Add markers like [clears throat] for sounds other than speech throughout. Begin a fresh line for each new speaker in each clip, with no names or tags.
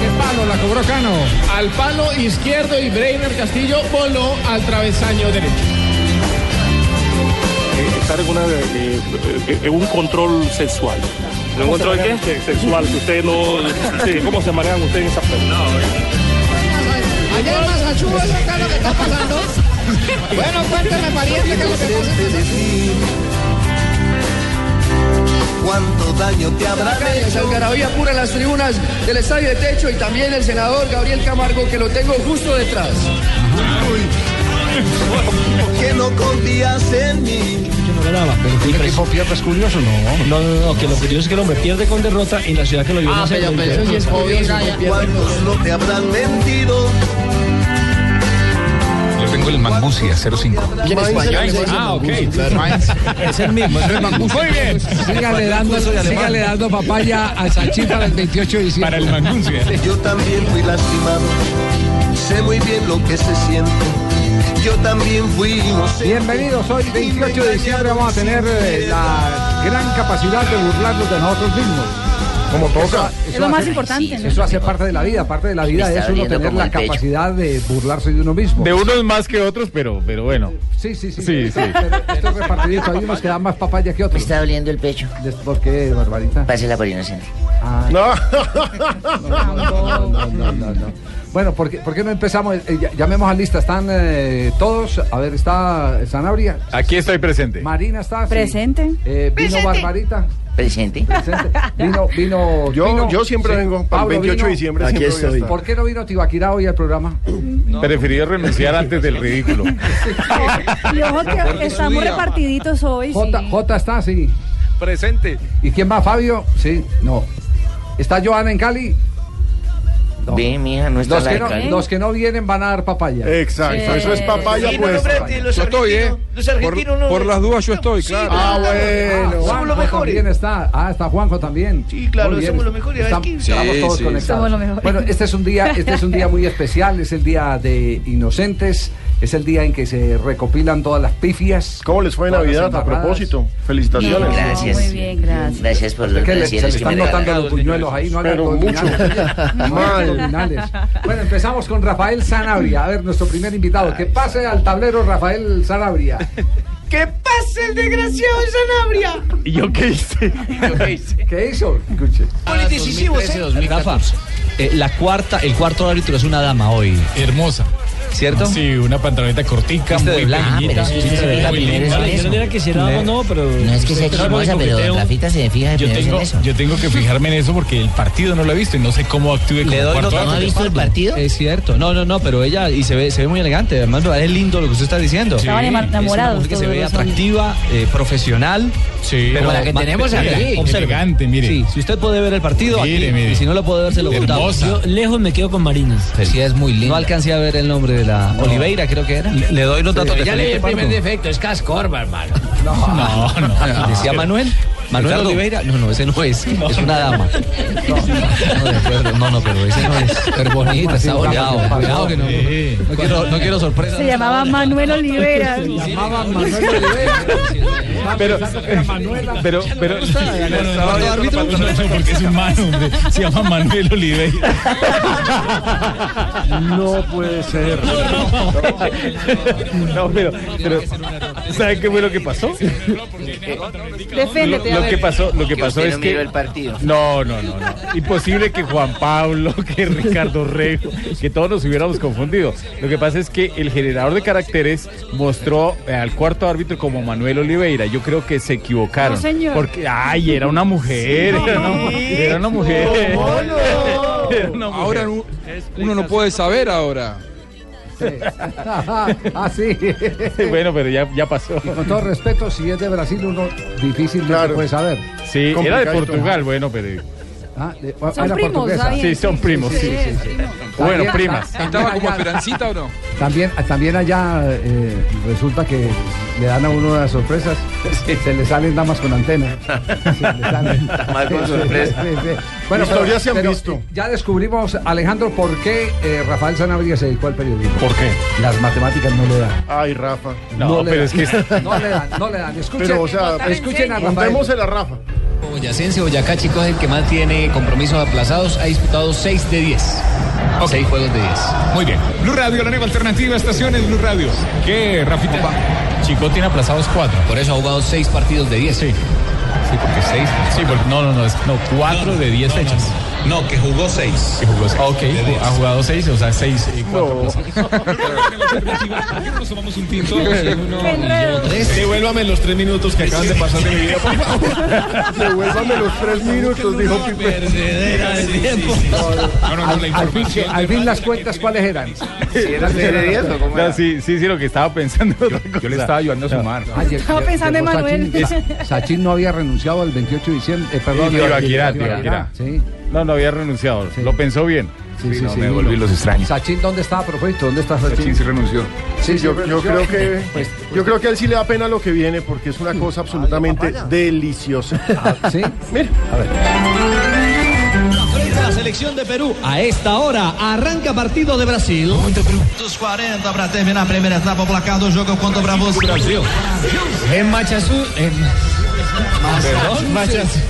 ¡Qué palo la cobró Cano!
Al palo izquierdo y Breiner Castillo voló al travesaño derecho.
eh, estar en una, eh, eh, en un control sexual. ¿No control qué? Sexual, que ustedes no... sí, ¿Cómo se manejan ustedes en esa parte? eh,
Allá en Massachusetts, acá lo que está pasando. Bueno, cuéntame, pariente, que lo que pasa.
cuánto daño te habrá
Calles, Algarabía pura en las tribunas del estadio de techo y también el senador Gabriel Camargo, que lo tengo justo detrás.
que no confías en mí.
¿Y que equipo es curioso? No, no, no, que lo curioso es que el hombre pierde con derrota en la ciudad que lo vio
Ah,
nacer, lo vio crecer.
¿Cuántos no te habrán mentido?
Yo tengo el Mangucia 05.
¿Quién es
Ah, ok.
Es el mismo, es el mismo.
Muy bien.
Sígale dando, sígale dando papaya a Sachín para el 28 de diciembre.
el Manguncia.
Yo también fui lastimado. Sé muy bien lo que se siente. Yo también fui inocente.
Bienvenidos, hoy 28 de diciembre vamos a tener eh, la gran capacidad de burlarnos de nosotros mismos. Como toca.
Es lo más importante. ¿no?
Eso hace parte de la vida, parte de la vida es uno tener la capacidad de burlarse de uno mismo.
De unos más que otros, pero, pero bueno.
Sí, sí, sí.
Sí, sí.
Pero Esto es repartidito, hay unos que dan más papaya que
Me
otros.
está doliendo el pecho.
Des- ¿Por qué, Barbarita?
Pásela por inocente.
No, [laughs] no, no, no, no. Bueno, ¿por qué, por qué no empezamos? Eh, ya- llamemos a lista, están eh, todos. A ver, está Sanabria.
Aquí estoy presente.
Marina está. sí.
Presente.
Eh, vino Barbarita.
Presente.
presente. Vino, vino.
Yo,
vino-
yo siempre
sí.
vengo para el
Pablo
28
vino.
de diciembre. Aquí estoy.
¿Por qué no vino Tibaquirá hoy al [clears throat] programa?
Preferido renunciar antes del
[laughs]
ridículo.
Y ojo que estamos repartiditos hoy.
J,
sí.
J está, sí.
Presente.
¿Y quién más, Fabio? Sí, no. ¿Está Joana en Cali? No.
Ve, mija, no está
Los
la
que
de
no,
Cali.
los que no vienen van a dar papaya.
Exacto, eso es papaya
Sí, no,
pues.
hombre,
yo estoy, ¿eh? por, por las dudas yo estoy, claro. Ah, bueno.
Juanjo también está. Ah, está Juanjo también. Sí, claro, somos los mejores. estamos todos conectados.
Somos los mejores.
Bueno, este es un día, este es un día muy especial, es el día de inocentes, es el día en que se recopilan todas las pifias.
¿Cómo les fue en
todas las
Navidad a
embarradas.
propósito?
Bien,
Felicitaciones.
Gracias.
Muy bien, gracias.
Gracias por los
Es que le- se le
brasileños que me
están notando
regalaron.
los puñuelos ahí, no hagan
Pero
abdominales,
mucho. [laughs]
oye, no hagan
Mal.
abdominales. Bueno, empezamos con Rafael Sanabria. A ver, nuestro primer invitado. Que pase al tablero Rafael Sanabria.
[laughs] ¡Que pase el desgraciado de Sanabria! ¿Y yo qué hice?
¿Qué hizo? Escuche.
Goles decisivos,
Rafa, eh, la cuarta, el cuarto árbitro es una dama hoy,
Hermosa.
¿cierto?
una pantaloneta cortica,
Viste de blanco.
Ah, pero es que usted se fija primero es en
Yo
eso.
no era que si era dama o no, pero...
No es que sea chismosa, pero Rafita se fija
Yo
primero es
tengo,
en eso.
yo tengo que fijarme en eso porque el partido no lo he visto y no sé cómo actúe
Le
como
doy
cuarto
los-
¿No ha
árbitro.
visto el partido?
Es cierto, no, no, no, pero ella y se ve, se ve muy elegante, además es lindo lo que usted está diciendo.
Sí.
Estaban
Es una
Es una
enamorados.
mujer que se
todos
ve
los hombres.
atractiva, eh, profesional.
Sí.
pero
Como la que
ma-
tenemos
mira,
aquí.
observe.
Elegante, mire.
Sí, si usted puede ver el partido
Mire,
aquí,
mire.
y si no lo puede ver, se lo contamos.
Hermosa.
lejos me quedo con Marina. Sí, es muy linda. No alcancé a ver el nombre de la Oliveira, creo que era. Le, doy los datos Ya leí el primer defecto, es Cascorba, hermano.
No,
[laughs]
no.
Decía Manuel. Manuel Oliveira, no, no, ese [laughs] no es, es una dama. No, no, de acuerdo, no, no, pero ese no es. Pero bonita, está boleado, cuidado que no.
Sí.
No quiero, no quiero sorpresas.
Se llamaba Manuel Olivera. [laughs]
Llamaba Manuel Olivera.
Pero-
Pensando que era Manuela.
Pero, pero,
ya no
no, no,
está.
no, no,
Árbitro.
no, no, no, porque es humano, hombre. Se llama Manuel Oliveira.
No puede ser.
No, pero, pero,
¿Sabe qué fue lo que
[laughs]
pasó?
Deféndete,
Lo,
a
lo
ver.
que pasó, lo que
Que
pasó
usted
es
no
que
miró el partido.
No, no, no, no. Imposible que Juan Pablo, [laughs] que Ricardo Rego, que todos nos hubiéramos confundido. Lo que pasa es que el generador de caracteres mostró eh, al cuarto árbitro como Manuel Oliveira. Yo creo que se equivocaron.
No, señor.
Porque ay, era una mujer,
Sí.
era una, mu- era una mujer. [laughs] Era una mujer.
Ahora no- uno no puede saber ahora.
ah, sí.
Bueno, pero ya, ya pasó.
Y con todo respeto, si es de Brasil, uno difícilmente puede saber.
Sí, era de Portugal, bueno, pero
Ah, de-
Son
era
primos,
portuguesa.
David. Sí, son primos, sí, sí, sí. Bueno,
También-
primas.
también
¿Estaba como
allá-
Esperancita o no?
También, también allá eh, resulta que le dan a uno las sorpresas, se le salen damas con antena.
Tamal con sorpresa.
Sí, sí, sí.
Bueno,
pero-
historias se han
pero
visto.
Ya descubrimos, Alejandro, por qué eh, Rafael Sanabria se dedicó al periodismo.
¿Por qué?
Las matemáticas no le dan.
Ay, Rafa.
No, No le pero dan. es que-
[laughs] No
le dan, no le dan. Escuchen,
pero, o sea,
escuchen a Rafael.
Contémosela a [laughs] Rafa.
Boyacense, Boyacá, chicos, el que más tiene compromisos aplazados, ha disputado 6 de 10. 6 juegos de 10.
Muy bien. Blue Radio, la nueva alternativa, estaciones Blue Radio. ¿Qué, Rafita? Chico tiene aplazados cuatro. Por eso ha jugado seis partidos de diez. Sí. Sí, porque seis.
pues,
Sí, porque no, no, no, es- no cuatro de diez fechas. No, que jugó seis. Que jugó seis. Ok, ha jugado seis, o sea, seis
eh,
y cuatro.
nos tomamos un tinto? Devuélvame los tres minutos que acaban de pasar de mi vida, por favor.
Devuélvame los tres minutos, dijo Pipe.
Perdedera de tiempo.
No, no, no, la
Al fin, que- al fin las cuentas, ¿cuáles eran?
¿Eran de 10 o cómo era? sí, sí, sí, lo que estaba pensando. Yo, le estaba ayudando a sumar.
Ayer-
Estaba
ayer
pensando en
llegó
Manuel.
Sachin, Sa- Sachin no había renunciado el 28 de diciembre. eh, perdón,
Tibaquirá,
Ibaquirá.
Tibaquirá.
Sí.
[laughs] No, no había renunciado. Lo pensó bien.
Sí, sí,
no,
sí,
me
sí,
volví
lo-
los extraños.
Sachin, ¿dónde está a propósito? ¿Dónde está Sachin?
Sachin sí renunció.
Sí, yo, yo creo que
Pues,
yo creo que a él sí le da pena lo que viene porque es una cosa absolutamente deliciosa.
Ah,
[laughs]
¿Sí?
Mira.
La selección de Perú a esta hora arranca partido de Brasil. Dos 40 para terminar a primeira etapa, o placar do jogo eu conto para você. Brasil.
En Machazú, en
Perdón, Massachusetts.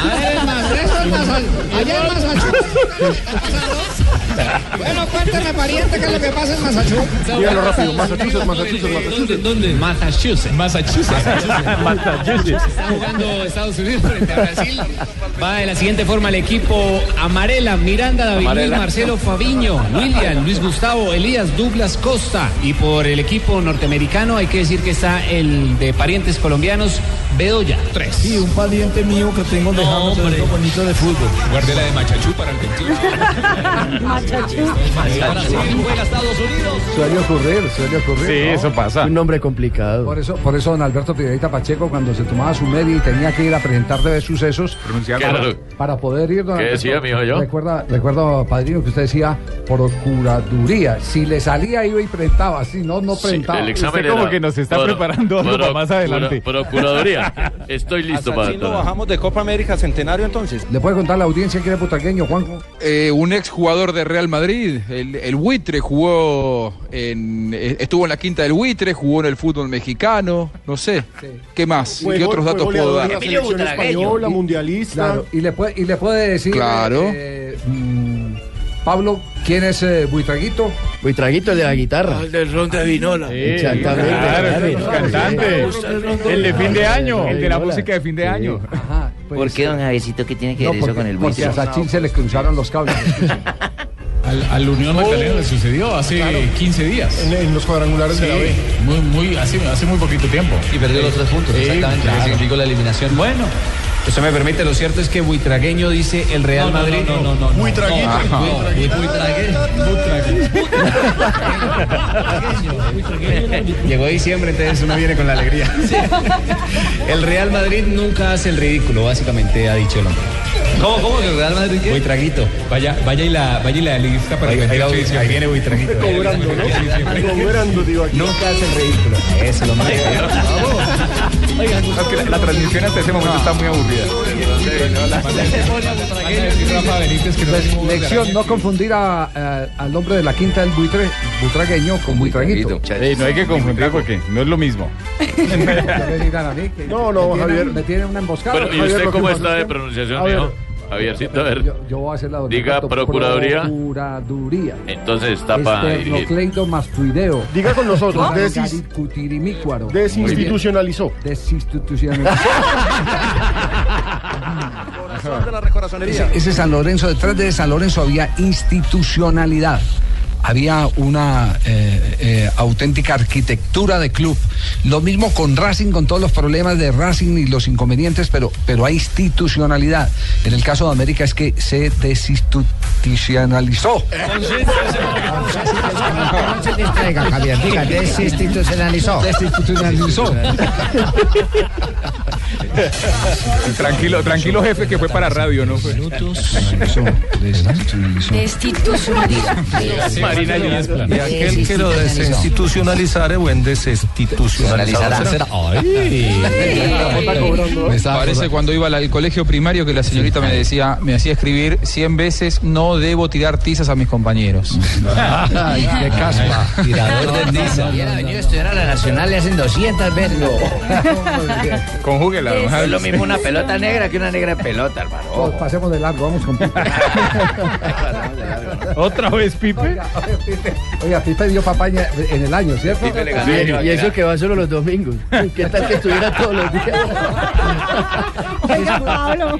Allá en Massachusetts. Bueno, cuéntame, pariente, qué es lo que pasa en Massachusetts.
Dígalo rápido, Massachusetts, Massachusetts, Massachusetts.
¿Dónde? Massachusetts. Massachusetts.
[laughs] Massachusetts.
Está jugando Estados Unidos frente a Brasil. Va de la siguiente forma el equipo Amarela, Miranda, David
Amarela.
Luis, Marcelo, Fabiño, William, Luis Gustavo, Elías, Douglas, Costa. Y por el equipo norteamericano hay que decir que está el de parientes colombianos, Bedoya. Tres. Sí, un pariente mío que tengo dejando bonito de fútbol.
Guarde la de Machachú para el 21.
Suele ocurrir, suele ocurrir.
Sí, eso pasa.
Un nombre complicado. Por eso, por eso don Alberto Piedrita Pacheco, cuando se tomaba su media y tenía que ir a presentar de sucesos,
Claro.
para, para poder ir, don
¿Qué
Alberto,
decía, mijo, yo?
Recuerda, recuerdo, padrino, que usted decía procuraduría. Si le salía, iba y presentaba. Si no, no presentaba.
El examen
como
era
que nos está
pro-
preparando algo
pro-
para más adelante.
pro-
[laughs]
procuraduría. Estoy listo para
lo
todo.
bajamos de Copa América Centenario entonces.
¿Le puede contar a la audiencia que era putaqueño, Juanjo?
Eh, un exjugador de Real Madrid, el, el buitre, jugó en, eh, estuvo en la quinta del buitre, jugó en el fútbol mexicano, no sé. ¿Qué más?
Fue
¿Qué
go-
otros
fue
datos puedo
goleador
dar?
de la selección española, mundialista.
Claro, y le puede, y le puede decir.
Claro.
eh, mm, Pablo, ¿quién es eh, Buitraguito?
Buitraguito, el de la guitarra.
El del ron de Vinola.
Exactamente.
Claro,
claro.
el cantante. El de fin de año. El de la música de fin de año.
¿Por qué, don Javiercito, qué tiene que
No,
ver eso
porque,
con el
porque
buitre?
a Sachin se le cruzaron
[laughs]
los cables.
Al, al Unión Magdalena le sucedió hace 15 días. Oh. Ah, En, los cuadrangulares
de la B.
Muy, muy, hace, hace muy poquito tiempo.
Y perdió los tres puntos,
Sí,
exactamente.
claro.
que significó la eliminación.
Bueno.
Usted me permite, lo cierto es que Buitragueño dice el Real
No, no, no,
Madrid.
no, no,
no.
Buitraguito.
Ajá.
No,
Buitragueño. Llegó diciembre, entonces uno viene con la alegría. El Real Madrid nunca hace el ridículo, básicamente ha dicho el hombre. ¿Cómo, cómo? ¿El Real Madrid qué? Buitraguito. Vaya, vaya y la, vaya y la lista para el 28 de Ahí viene Buitraguito.
Cobrando, ¿no? Cobrando, digo aquí.
Nunca hace el ridículo. Eso, el hombre.
La, la transmisión hasta ese
Ah.
momento está muy aburrida.
Lección, no confundir a- a- al hombre de la quinta del buitre, butragueño, con buitraguito.
Sí, no hay que confundir porque no es lo
[laughs]
mismo.
No, no, Javier. Me tienen una emboscada.
Bueno, ¿y
Javier,
usted
lo que
cómo
pasa
está
es
de
que-
pronunciación,
A ver,
mijo?
Javiercito, a ver.
Yo voy a hacer la doble
Diga
canto.
Procuraduría.
Procuraduría.
Entonces está
Este
para
Este,
Externo
dirigir.
Cleido Mastuideo.
Diga con nosotros,
Total,
desis-
Garit, Cutirimícuaro.
Desinstitucionalizó.
Ah,
Desinstitucionalizó.
Ese, ese San Lorenzo, detrás de San Lorenzo había institucionalidad. Había una eh, eh, auténtica arquitectura de club. Lo mismo con Racing, con todos los problemas de Racing y los inconvenientes, pero, pero hay institucionalidad. En el caso de América es que se desinstitucionalizó.
No se distraiga, Javier.
[laughs]
Diga, desinstitucionalizó.
Desinstitucionalizó.
Tranquilo, tranquilo jefe que fue para radio, ¿no?
Marina
Yespla.
Y aquel que lo desinstitucionalizare, buen desinstitucionalizará.
Eh,
Parece cuando iba al, al colegio primario que la señorita me decía, me hacía escribir 100 veces, no debo tirar tizas a mis
[laughs]
compañeros.
Ay, qué caspa.
[laughs]
Tirador de tiza. Hubiera venido a estudiar a la Nacional, le hacen 200 veces.
Conjúguela.
don
Es
Javi.
lo mismo una pelota negra que una negra pelota, hermano.
Todos Pues Pasemos de largo, vamos con Pipe.
[laughs] ¿Otra vez, Pipe?
Oiga, Pipe dio papaña en el año, ¿cierto?
y eso que va solo los
[laughs]
domingos. ¿Qué tal que estuviera todos los días?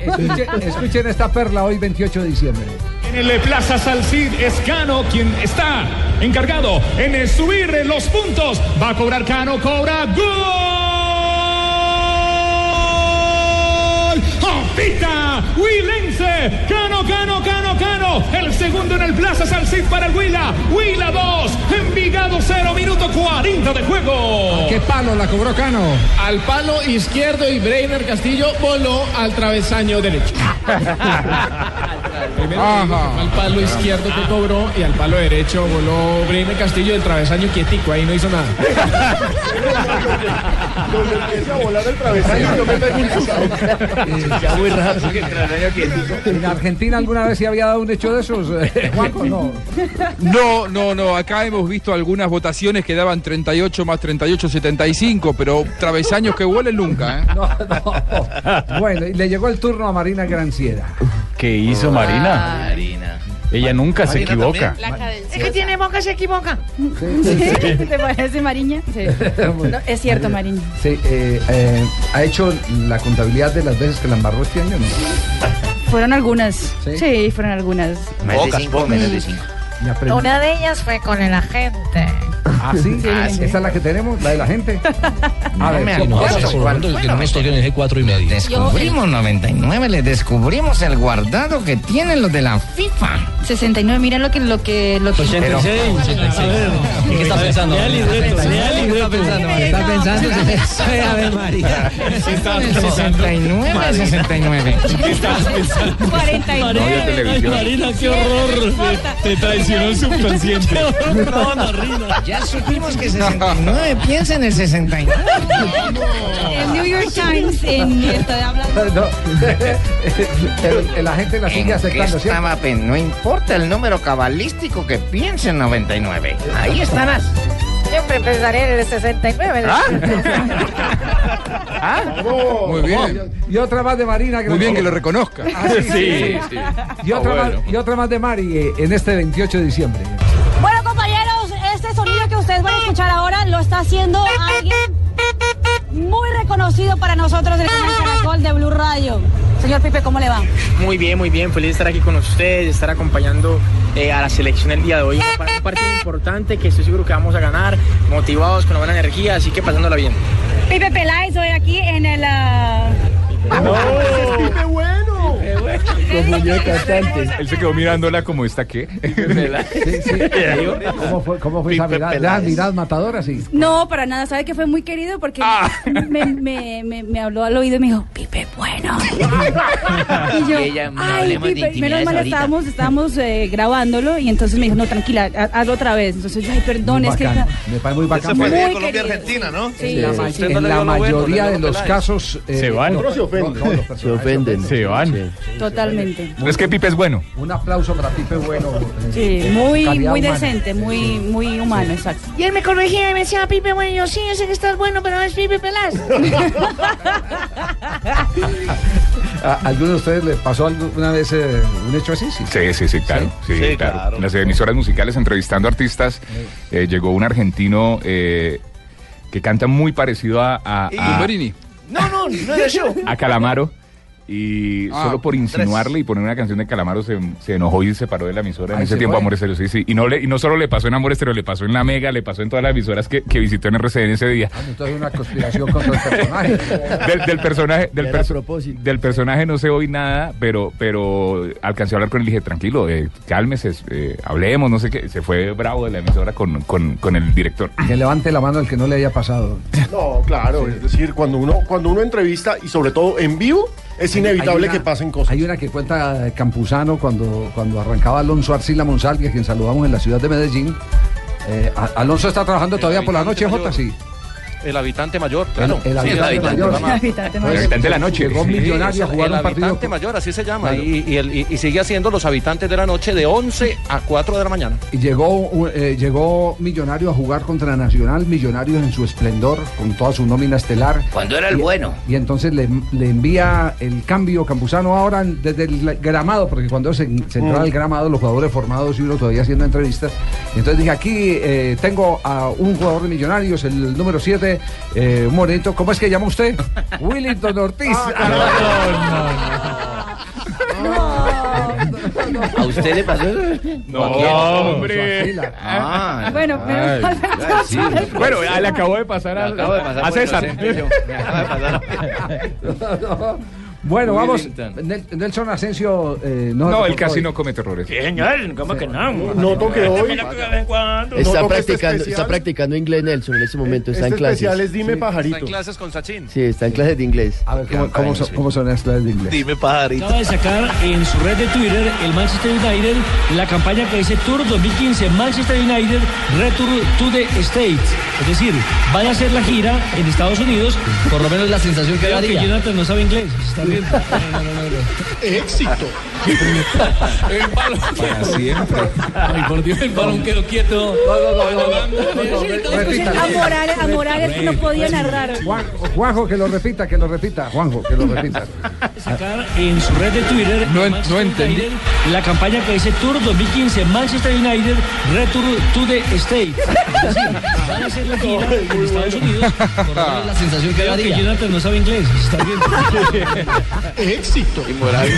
Escuchen, escuchen esta perla hoy, 28 de diciembre.
En el Plaza Salcid es Cano quien está encargado en el subir los puntos. Va a cobrar Cano, cobra gol. ¡Pita! ¡Huilense! ¡Cano, Cano, Cano, Cano! El segundo en el Plaza Salcid para el Huila. Huila 2, Envigado 0, minuto 40 de juego.
Ah, ¿Qué palo la cobró Cano?
Al palo izquierdo y Breiner Castillo voló al travesaño
[laughs]
derecho. Primero le digo que fue al palo izquierdo que cobró y al palo derecho voló Breiner Castillo del travesaño quietico, ahí no hizo nada.
¿En Argentina alguna vez se había dado un hecho de esos? eh, Juanjo, no.
No, no, no. Acá hemos visto algunas votaciones que daban 38 más 38, 75, pero travesaños que huelen nunca. ¿eh?
Bueno, y le llegó el turno a Marina Granciera.
¿Qué hizo Marina? Ella nunca se
Marina
equivoca.
Es que tiene boca, se equivoca.
sí.
[laughs] ¿Te parece, Mariña?
[laughs]
Sí. No, es cierto, Mariña.
Sí, eh, eh, ¿Ha hecho la contabilidad de las veces que la embarró este año?
Fueron algunas. Sí, fueron algunas.
Me aprendí.
Una de ellas fue con el agente.
¿Ah, sí?
Sí.
¿Esa es la que tenemos? ¿La de la gente? A ver,
No,
¿cuánto?
no, guardando que no me estoy en el G4 y medio.
Descubrimos
99, le descubrimos el guardado que tienen los de la FIFA.
69, mira lo que lo que lo que
86, 86. ¿En qué está pensando? Lea el libreto, lea el libreto.
Está
pensando? Ave María. ¿Qué estás pensando? 69, 69. ¿Qué estás pensando?
49.
Ay, Marina, qué horror. Te, te traicionó el subconsciente. [laughs] No, Marina. Ya supimos que 69. Piensa en el 69.
El New York Times en está hablando
[laughs] No. El, el agente la sigue aceptando, ¿cierto?
estaba, pe- no importa el número cabalístico que piense en 99. Ahí estarás.
Siempre empezaré en el 69.
Ah.
Muy bien.
oh, Y otra más de Marina
Muy bien que lo reconozca.
Ah, sí, sí, sí. pues. Y otra,
bueno.
más, y otra más de Mari eh, en este 28 de diciembre.
[laughs] Bueno, compañeros, este sonido que ustedes van a escuchar ahora lo está haciendo alguien muy reconocido para nosotros en el Caracol de Blue Radio. Señor Pipe, ¿cómo le va?
Muy bien, muy bien. Feliz de estar aquí con ustedes, de estar acompañando eh, a la selección el día de hoy. Para un partido importante que estoy seguro que vamos a ganar, motivados, con una buena energía, así que pasándola bien.
Pipe Peláez, hoy aquí en el... ah,
Pipe bueno!
Como yo cantante. Él se quedó mirándola como esta qué. [laughs]
[laughs] ¿Cómo fue, cómo fue esa mirada? La mirada matadora, sí.
No, para nada, sabe que fue muy querido porque me, me, me, me habló al oído y me dijo, Pipe, bueno. y yo,
Y ella, no
ay,
hablemos de
Pipe, menos
intimidades
mal
ahorita.
estábamos, estábamos eh, grabándolo y entonces me dijo, no, tranquila, ha- hazlo otra vez. Entonces yo, ay, perdón,
Muy
es que...
bacán. Me parece muy bacán.
fue el día de
Colombia-Argentina, ¿no?
Sí.
En la, ma-
Usted no
en
le
la
dio lo bueno,
mayoría
le
de
dio
los
Peláez.
casos.
[laughs]
eh,
Se van.
no,
Otros se
no, no, los
Se ofenden. Se van.
Totalmente.
Es que Pipe es bueno.
Un aplauso para Pipe [laughs] Bueno.
Sí, muy, muy decente, muy, muy humano, exacto.
Y él me corregía y me decía, Pipe, bueno, yo
[laughs]
sí, yo sé que estás bueno, pero no es Pipe Pelas.
¿A alguno de ustedes le pasó alguna vez eh, un hecho así? Sí,
Sí, sí, sí, claro. Sí,
Sí,
claro.
claro.
En Las emisoras musicales entrevistando artistas, eh, llegó un argentino eh, que canta muy parecido a, a,
Y-
a-
Tumberini.
No, no, no era yo.
a Calamaro. Y
Ah,
solo por
Andrés.
insinuarle y poner una canción de Calamaro se, se enojó y se paró de la emisora. en
Ay,
ese
se
tiempo,
fue.
Amor Estéreo, sí, sí. Y no, le, y no solo le pasó en Amor Estéreo, le pasó en La Mega, le pasó en todas las emisoras que, que visitó en RCN ese día.
Entonces una conspiración contra el personaje.
[laughs] Del, del personaje del,
Era
perso- del personaje no sé hoy nada pero pero alcancé a hablar con él y dije tranquilo eh, cálmese eh, hablemos no sé qué se fue bravo de la emisora con, con, con el director
Que levante la mano el que no le haya pasado.
No, claro, es decir, cuando uno, cuando uno entrevista y sobre todo en vivo, es inevitable que pasen cosas.
Hay una que cuenta eh, Campuzano cuando, cuando arrancaba Alonso Arcila Monsalve, a quien saludamos en la ciudad de Medellín. Eh, a- Alonso está trabajando todavía por la noche, Jota, sí.
El habitante mayor, claro.
el habitante mayor.
programa.
El habitante El mayor. habitante de la noche. Llegó millonario
Sí,
a jugar
el
un partido
habitante
con-
mayor, así se llama.
Claro.
Y, y el- y- y sigue haciendo los habitantes de la noche de 11 a 4 de la mañana.
Y llegó, un- eh, llegó Millonario a jugar contra Nacional, Millonarios en su esplendor, con toda su nómina estelar.
Cuando era el
Y-
bueno.
Y entonces le, le envía el cambio Campuzano ahora en- desde el gramado, porque cuando se, se entraba
Mm.
al gramado, los jugadores formados y uno todavía haciendo entrevistas. Y entonces dije, aquí eh, tengo a un jugador de Millonarios, el número 7, eh, un morenito. ¿Cómo es que
[laughs]
llama usted?
[laughs]
Willington Ortiz.
Ah,
Ah,
¿A usted le pasó?
No, hombre.
Ah,
Bueno,
pero-
[laughs]
Bueno, le acabo de pasar a,
acabo de pasar
a
por
César.
[laughs]
inocente
Bueno, vamos.
Willington.
Nel- Nelson Asensio. eh,
No,
reportó
él casi
hoy.
no comete errores.
señor,
¿cómo que no?
Noto que hoy
Está
Noto que este
practicando,
especial-
está practicando inglés Nelson en ese momento, está
este
en clases.
especial es Dime
Sí.
Pajarito.
Está en clases con Sachin.
Sí, está en clases de inglés.
A ver, ¿Cómo, cómo son, cómo son las clases de
[laughs]
inglés?
Dime Pajarito.
Acaba de sacar en su red de Twitter el Manchester United la campaña que dice Tour 2015 Manchester United Return to the States. Es decir, van a hacer la gira en Estados Unidos. Por lo menos la sensación
que
Creo que
daría.
Jonathan no sabe inglés. Está bien. [laughs]
Éxito. el balón. Para siempre. Ay, por Dios, el balón quedó quieto.
A Morales, a Morales no podía narrar.
Juan- Juanjo, que lo repita, que lo repita. Juanjo, que lo
[laughs]
repita.
sacar en su red de Twitter
No en-
Manchester
no entendí.
United, la campaña que dice Tour 2015 Manchester United Return to the States. Es decir, van a hacer la gira en Estados Unidos. Por lo menos la sensación que
Creo que
daría. Jonathan no sabe inglés. Está bien.
Éxito. Y Morales.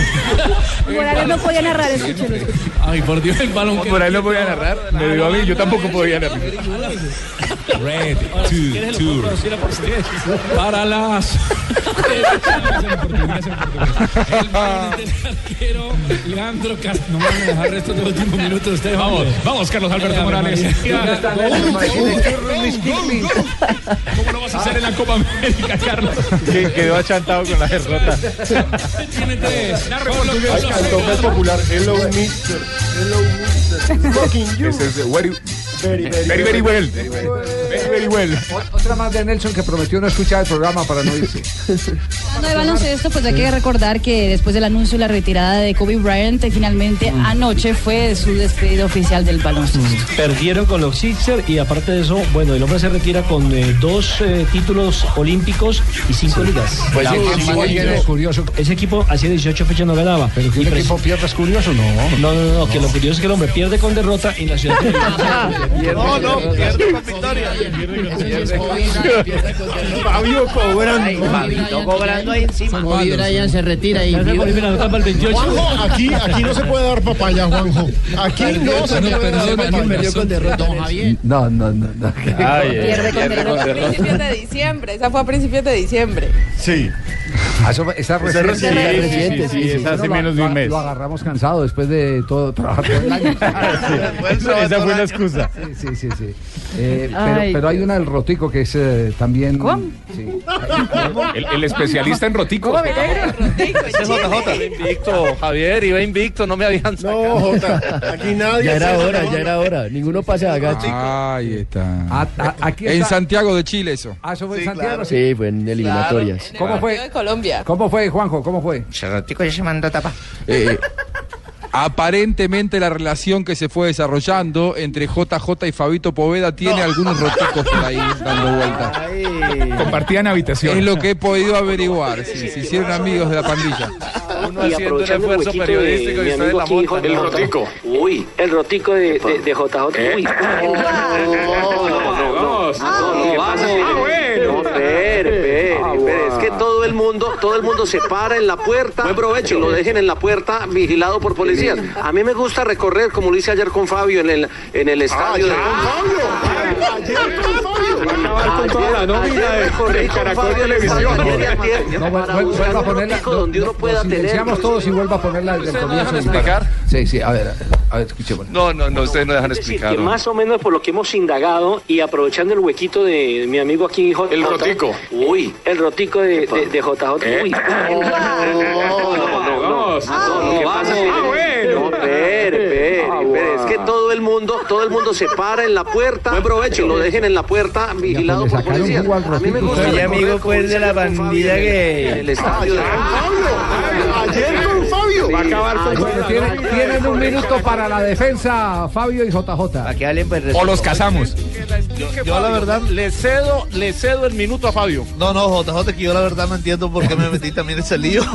Morales no podía narrar, escúchelo.
[laughs] Ay, por Dios, el balón
Por ahí lo podía narrar. Me dio a mí, yo tampoco podía narrar.
Red,
two, two.
Para las. El balón del arquero Leandro Castro. No me van a dejar el resto de los últimos minutos. Ustedes vamos, vamos, Carlos Alberto Morales. ¿Cómo lo vas a hacer en la Copa América, Carlos?
Que quedó achantado con la derrota.
[laughs]
Tiene tres.
Ay, cantó más popular. Hello, mister. Hello, mister. Fucking you.
Ese es de Very,
Very,
very, very
very,
well. Very, very well.
Otra más de Nelson que prometió no escuchar el programa para no irse.
Hablando de baloncesto, pues hay que recordar que después del anuncio de la retirada de Kobe Bryant, finalmente anoche fue su despedida oficial del baloncesto.
Perdieron con los Sixers y aparte de eso, bueno, el hombre se retira con eh, dos eh, títulos olímpicos y cinco ligas.
Pues
La
sí,
última
sí,
que
sí,
hizo-
es
Ese equipo hacía 18 fechas no ganaba. Pero
que un equipo pierda es curioso, no.
No, no, no, que lo curioso es que el hombre pierde con derrota en la ciudad
[laughs]
de
No, no, pierde con victoria.
Fabio cobrando.
Ay, Fabito cobrando ahí encima.
Kobe Bryant se retira y
Juanjo, aquí, aquí no se puede dar papaya, Juanjo. Aquí no se puede dar papaya.
[laughs] No, no, no. no.
Pierde con derrota. A principios de diciembre. Esa fue a principios de diciembre.
Sí.
Ah, eso- esa
Esa
reciente.
reciente, sí, sí, sí, sí, esa hace
Lo-
menos de un
lo-
mes.
Lo agarramos cansado después de todo trabajar todo
[laughs]
el año.
Esa esa fue la excusa.
Sí, sí, sí. sí. Eh, pero,
Ay,
pero hay una del Rotico que es eh, también. ¿Cómo?
El, el especialista
Ah,
en roticos.
Ese es JJ. Iba invicto, Javier, iba invicto, no me habían
No, Jota, aquí nadie.
Ya era
se-
hora, ya era hora. Ninguno pasa de agacho.
Ahí está.
Ah, aquí
En
está.
Santiago de Chile eso.
Ah, eso fue en Santiago.
Claro, Sí, fue en eliminatorias.
¿Cómo fue?
De Colombia.
¿Cómo fue, Juanjo? ¿Cómo fue?
Ese rotico ya se mandó a tapar.
Eh, Aparentemente la relación que se fue desarrollando entre JJ y Fabito Poveda tiene algunos roticos por ahí dando vuelta.
Ah,
Compartían habitación.
Es lo que he podido averiguar. sí, se hicieron amigos de la pandilla.
y aprovechando el huequito de mi amigo aquí, JJ.
El rotico.
Uy, el rotico de, de, de JJ. Uy. No, no, no, no. No, no, pasa? No, espere, espere, espere. Es que todo el mundo, todo el mundo se para en la puerta. Buen provecho. Lo dejen en la puerta vigilado por policías. A mí me gusta recorrer, como lo hice ayer con Fabio en el, en el
Ah,
estadio. de...
No, vuel- vuel- vuelva a ponerla. Donde uno pueda silenciamos todos y vuelva a ponerla desde el
¿Ustedes no
comienzo.
dejan
y para.
explicar?
Sí, sí, a ver, a ver, escuchémosla.
No, no, no, ustedes no dejan Que más o menos por lo que hemos indagado y aprovechando el huequito de mi amigo aquí, JJ. El rotico. ¿Eh? Uy, el rotico de, de, de JJ. Uy. No, no, no, no. No, ¿qué pasa?
Ah,
No, espere, espere, espere. Es que todo el mundo, todo el mundo se para en la puerta. Buen provecho. Lo dejen en la puerta vigilado por policías. A mí me gusta.
Soy amigo pues de la bandida
En el
que... Ah,
estadio de
Ayer con Fabio.
Va a acabar con
Bueno, tienen, tienen un minuto para la defensa, Fabio y JJ.
pues,
O los cazamos.
Yo la verdad le cedo, le cedo el minuto a Fabio.
No, no, JJ, que yo la verdad no entiendo por qué me metí también en ese lío.
[laughs]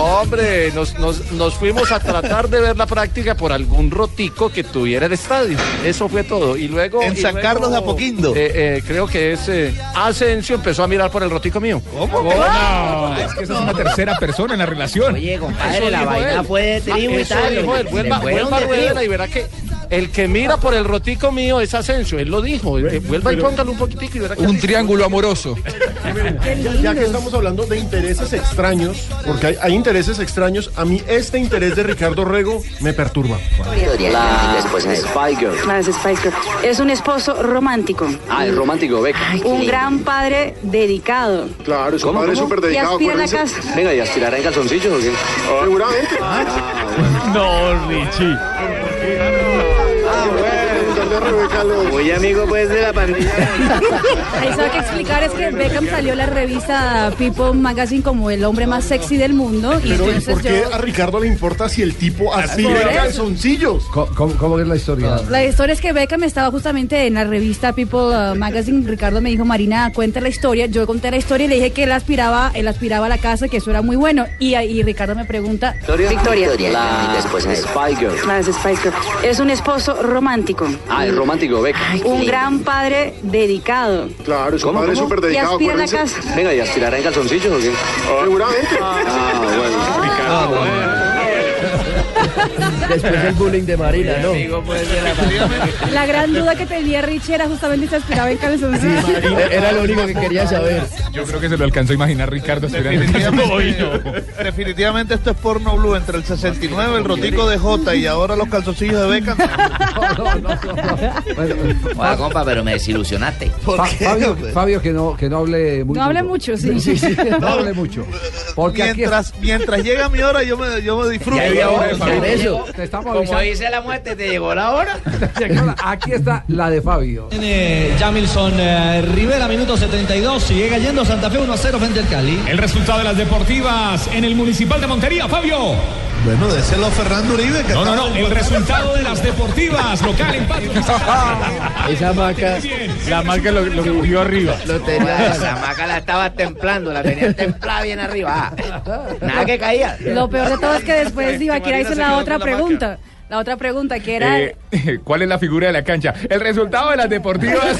Hombre, nos, nos, nos fuimos a tratar de ver la práctica por algún rotico que tuviera el estadio. Eso fue todo. Y luego.
En
y
San
luego,
Carlos de Apoquindo.
eh, eh, creo que es eh, Asensio empezó a mirar por el rotico mío. ¿Cómo?
Es que esa es una tercera persona en la relación.
Oye,
compadre, la vaina fue de tribu y tal,
Ah, Dijo
oye,
él. Vuelva-
pues.
se fueron
vuelva
de
Rueda
tribu.
y verá que el que mira por el rotico mío es Asensio. Él lo dijo. Eh, Vuelva y póngale un poquitico y verá que.
Un triángulo amoroso.
Ya, ya que estamos hablando de intereses extraños, porque hay, hay intereses extraños, a mí este interés de Ricardo Rego me perturba.
La esposa de Spy Girl.
Las Spice Girls. Es un esposo romántico.
Ah, el romántico, Beca.
Un gran padre dedicado.
Claro, es
un ¿Cómo, padre cómo? súper dedicado, Y aspira a la acuérdense. casa.
Venga, ¿y aspirará en calzoncillos o qué?
Ah.
Seguramente.
No, Richie.
Ah,
Muy amigo pues de la pandilla.
Eso hay que explicar es que Beckham salió en la revista People Magazine como el hombre más sexy del mundo y
Pero ¿y
entonces
por qué
yo... Ah,
a Ricardo le importa si el tipo
Por
aspira en
eso.
calzoncillos? Ah.
¿Cómo, cómo es la historia?
La historia es que Beckham estaba justamente en la revista People uh, Magazine. Ricardo me dijo, Marina, cuenta la historia. Yo conté la historia y le dije que él aspiraba, él aspiraba a la casa, que eso era muy bueno. Y, ahí Ricardo me pregunta,
Victoria.
La esposa de Spy Girl.
Las Spice Girls. Es un esposo romántico.
Ah, el romántico, Beca.
Un gran padre dedicado.
Claro, es
un ¿Cómo, padre cómo? súper dedicado, Y aspira a la acuérdense. [laughs] casa.
Venga, ¿y aspirará en calzoncillos o qué?
Seguramente.
Ah, bueno.
[laughs] Después del bullying de Marina, ¿no?
la gran duda que tenía Richie era justamente si aspiraba en calzoncillos.
Era lo único que quería saber. Yo creo que se lo alcanzó a imaginar Ricardo. aspirando en
[laughs]
calzoncillos.
Definitivamente esto es porno blue entre el 69, el rotico de J y ahora los calzoncillos de Beca.
[laughs]
Bueno,
compa, pero me desilusionaste.
Fa- Fabio, Fabio, que no, que no hable mucho.
No hable mucho, sí. [laughs]
No hable mucho. Porque aquí
mientras, mientras llega mi hora, yo me, yo me disfruto.
Ya llegó, por eso. Te estamos avisando.
la muerte, te llegó la
[laughs]
hora.
Aquí está la de Fabio.
Tiene Jamilson eh, Rivera, minuto 72. Sigue cayendo Santa Fe 1 a 0 frente al Cali.
El resultado de las deportivas en el Municipal de Montería, Fabio.
Bueno, déselo a Fernando Uribe. Que
No, no, no,
estaba-
el resultado de las deportivas, local
[laughs]
empate.
Esa maca,
La marca lo, lo cogió arriba.
La maca la estaba templando, la tenía [laughs] templada bien arriba. Nada que caía.
Lo peor de todo es que después Ibaquira hizo
Marina se
la
quedó
otra
con la
pregunta. La otra pregunta que era...
Eh, ¿Cuál es la figura de la cancha? El resultado de las deportivas.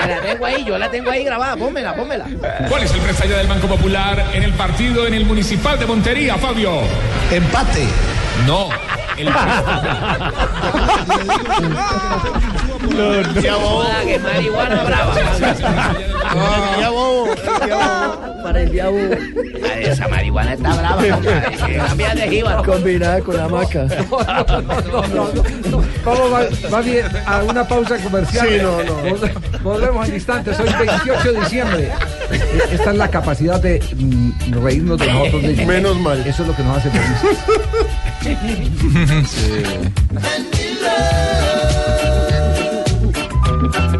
La tengo ahí, yo la tengo ahí grabada. Pómela, pómela.
[laughs] ¿Cuál es el presagio del Banco Popular en el partido en el Municipal de Montería, Fabio?
Em-
Empate.
No. El...
Ya bobo. Que marihuana brava. Ya bobo.
para el diablo.
Esa marihuana está brava. Cambia de jíbaro.
Combinada con la maca.
Vamos va- va bien a una pausa comercial.
Sí, no, no.
Vol- Volvemos en instantes, hoy 28 de diciembre. E- Esta es la capacidad de mm, reírnos de nosotros mismos.
Menos mal.
Eso es lo que nos hace felices.
Esta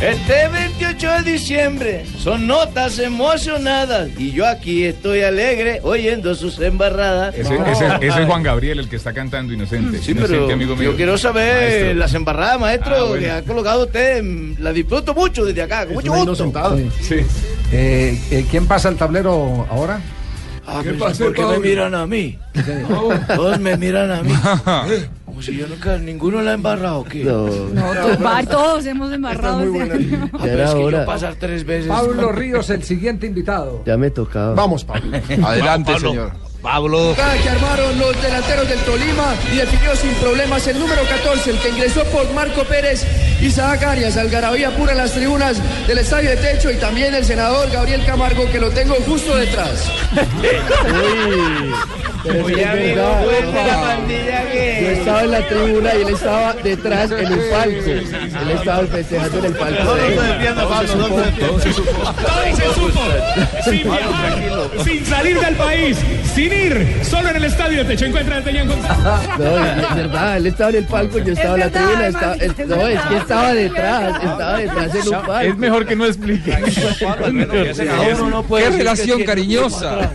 Este 28 de diciembre son notas emocionadas y yo aquí estoy alegre oyendo sus embarradas.
Ese, ese- ese es Juan Gabriel el que está cantando Inocente.
Sí,
Inocente,
pero
amigo mío.
yo quiero saber
Maestro.
las embarradas, maestro,
Ah, bueno.
que ha colocado usted. mm, La disfruto mucho desde acá, con mucho gusto.
Sí. Eh, eh, ¿Quién pasa al tablero ahora?
Ah,
¿Qué
pero
pasa,
¿Por qué me
Pablo?
miran a mí? Todos me miran a mí. Como si yo nunca, ninguno la ha embarrado, ¿o ¿qué? No,
Todos, todos hemos embarrado. este año. [laughs]
Ah, pero
era
es que
hora.
yo pasar tres veces. [laughs]
Pablo Ríos, el siguiente invitado.
Ya me tocaba.
Vamos, Pablo.
Adelante,
señor. Pablo.
que armaron los delanteros del Tolima y definió sin problemas el número 14, el que ingresó por Marco Pérez, Isaac Arias, Algarabía apura las tribunas del estadio de techo y también el senador Gabriel Camargo, que lo tengo justo detrás.
Muy amigo,
verdad.
pues, de la pandilla
Yo
que...
estaba en la tribuna y él estaba detrás en un palco. Él estaba festejando en el palco.
Todo se supo. Sin viajar, sin salir del país, sin ir, solo en el estadio te encuentra el Teñán González.
[laughs] No, es es verdad, él estaba en el palco, yo estaba en la
verdad,
tribuna. estaba-
Maxi,
es-
es
no, es que
verdad.
estaba detrás, estaba detrás en un palco.
Es mejor que no explique.
Qué relación cariñosa.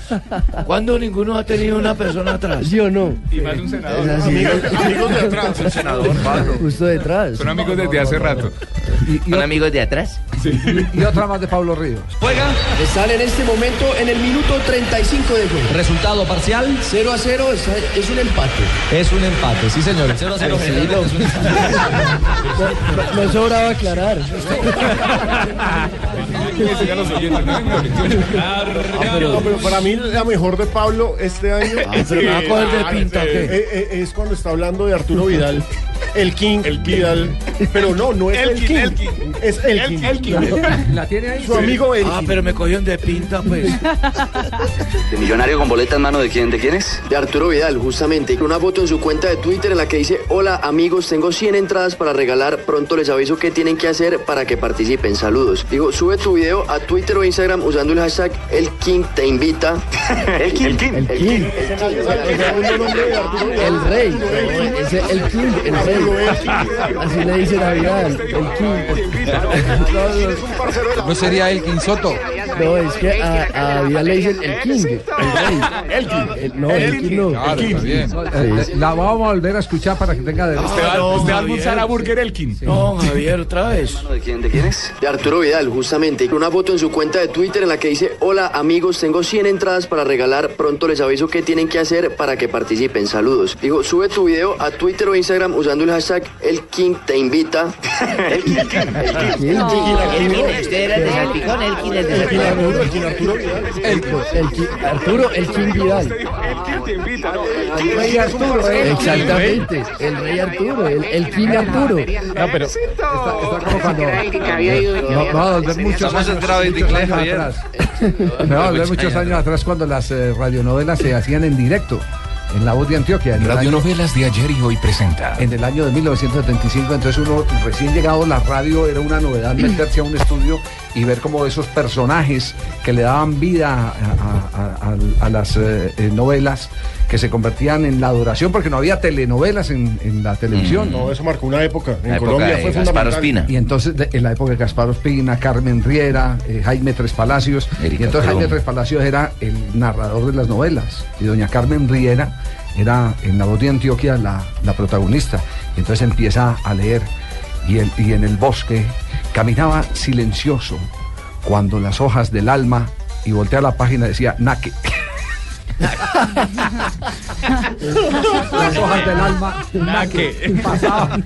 ¿Cuándo ninguno ha tenido una persona atrás?
¿Sí o no?
Y más de un senador.
Un Justo detrás.
Son amigos desde hace rato.
¿Son amigos de atrás?
Y otra más de Pablo Ríos.
Juega. Están en este momento en el minuto 35 de juego.
Resultado parcial.
0 a 0 es, es un empate.
Es un empate, sí, señor. 0 a 0 generalmente es un empate.
No, no sobraba aclarar.
No, pero para mí la mejor de Pablo este año
Ah, pero me va a coger de pinta, ¿o qué?
Eh, eh, es cuando está hablando de Arturo Vidal. El King, Vidal. Pero no, no es el, King. Es el, King.
La tiene ahí.
Su amigo el
Ah, pero me cogieron de pinta, pues.
¿De millonario con boleta en mano de quién? ¿De quién es?
De Arturo Vidal, justamente, con una foto en su cuenta de Twitter en la que dice, hola amigos, tengo 100 entradas para regalar, pronto les aviso qué tienen que hacer para que participen, saludos. Digo, sube tu video a Twitter o Instagram usando el hashtag El King te invita. [laughs] El King. El King. El King.
El rey. Es el king, el rey. Así le dice Navidad. El king.
¿No
eh.
sería Elkin Soto?
No, es que a, a Vidal le dicen el king. El king. El, no, el king no.
Claro, está bien.
Eh, La vamos a volver a escuchar para que tenga de
Burger Elkin.
No, Javier, otra vez. ¿De quién, ¿De quién es? De Arturo Vidal, justamente, con una foto en su cuenta de Twitter en la que dice, hola amigos, tengo 100 entradas para regalar, pronto les aviso qué tienen que hacer para que participen, saludos. Digo, sube tu video a Twitter o Instagram usando el hashtag El King te invita. [laughs] El King, Este el King.
El King- Arturo, el King Vidal. El rey Arturo, eh. exactamente. El rey Arturo, el, el King Arturo. No, pero.
No, no, de muchos
Estamos
años,
entrados en
muchos
inglés,
años
Javier.
[laughs] atrás.
[laughs]
No, de muchos años atrás cuando las eh, radionovelas se hacían en directo en la voz de Antioquia. en el año-
Radionovelas de ayer y hoy presenta.
en el año de 1975, entonces uno recién llegado a la radio era una novedad
[clears throat]
meterse a un estudio y ver como esos personajes que le daban vida a, a- a- a las eh, eh, novelas que se convertían en la adoración porque no había telenovelas en, en la televisión.
Mm. No, eso marcó una época. En
La época
Colombia
de
fue
Gaspar
fundamental.
Y entonces, de- en la época de Gaspar Ospina, Carmen Riera, eh, Jaime Tres Palacios. y entonces
Colón.
Jaime Tres Palacios era el narrador de las novelas. Y doña Carmen Riera era en la voz de Antioquia la, la protagonista. Y entonces empieza a leer. Y, el- y en el bosque caminaba silencioso cuando las hojas del alma y voltea la página decía Naque. Las hojas del alma. Naque. Pasaban.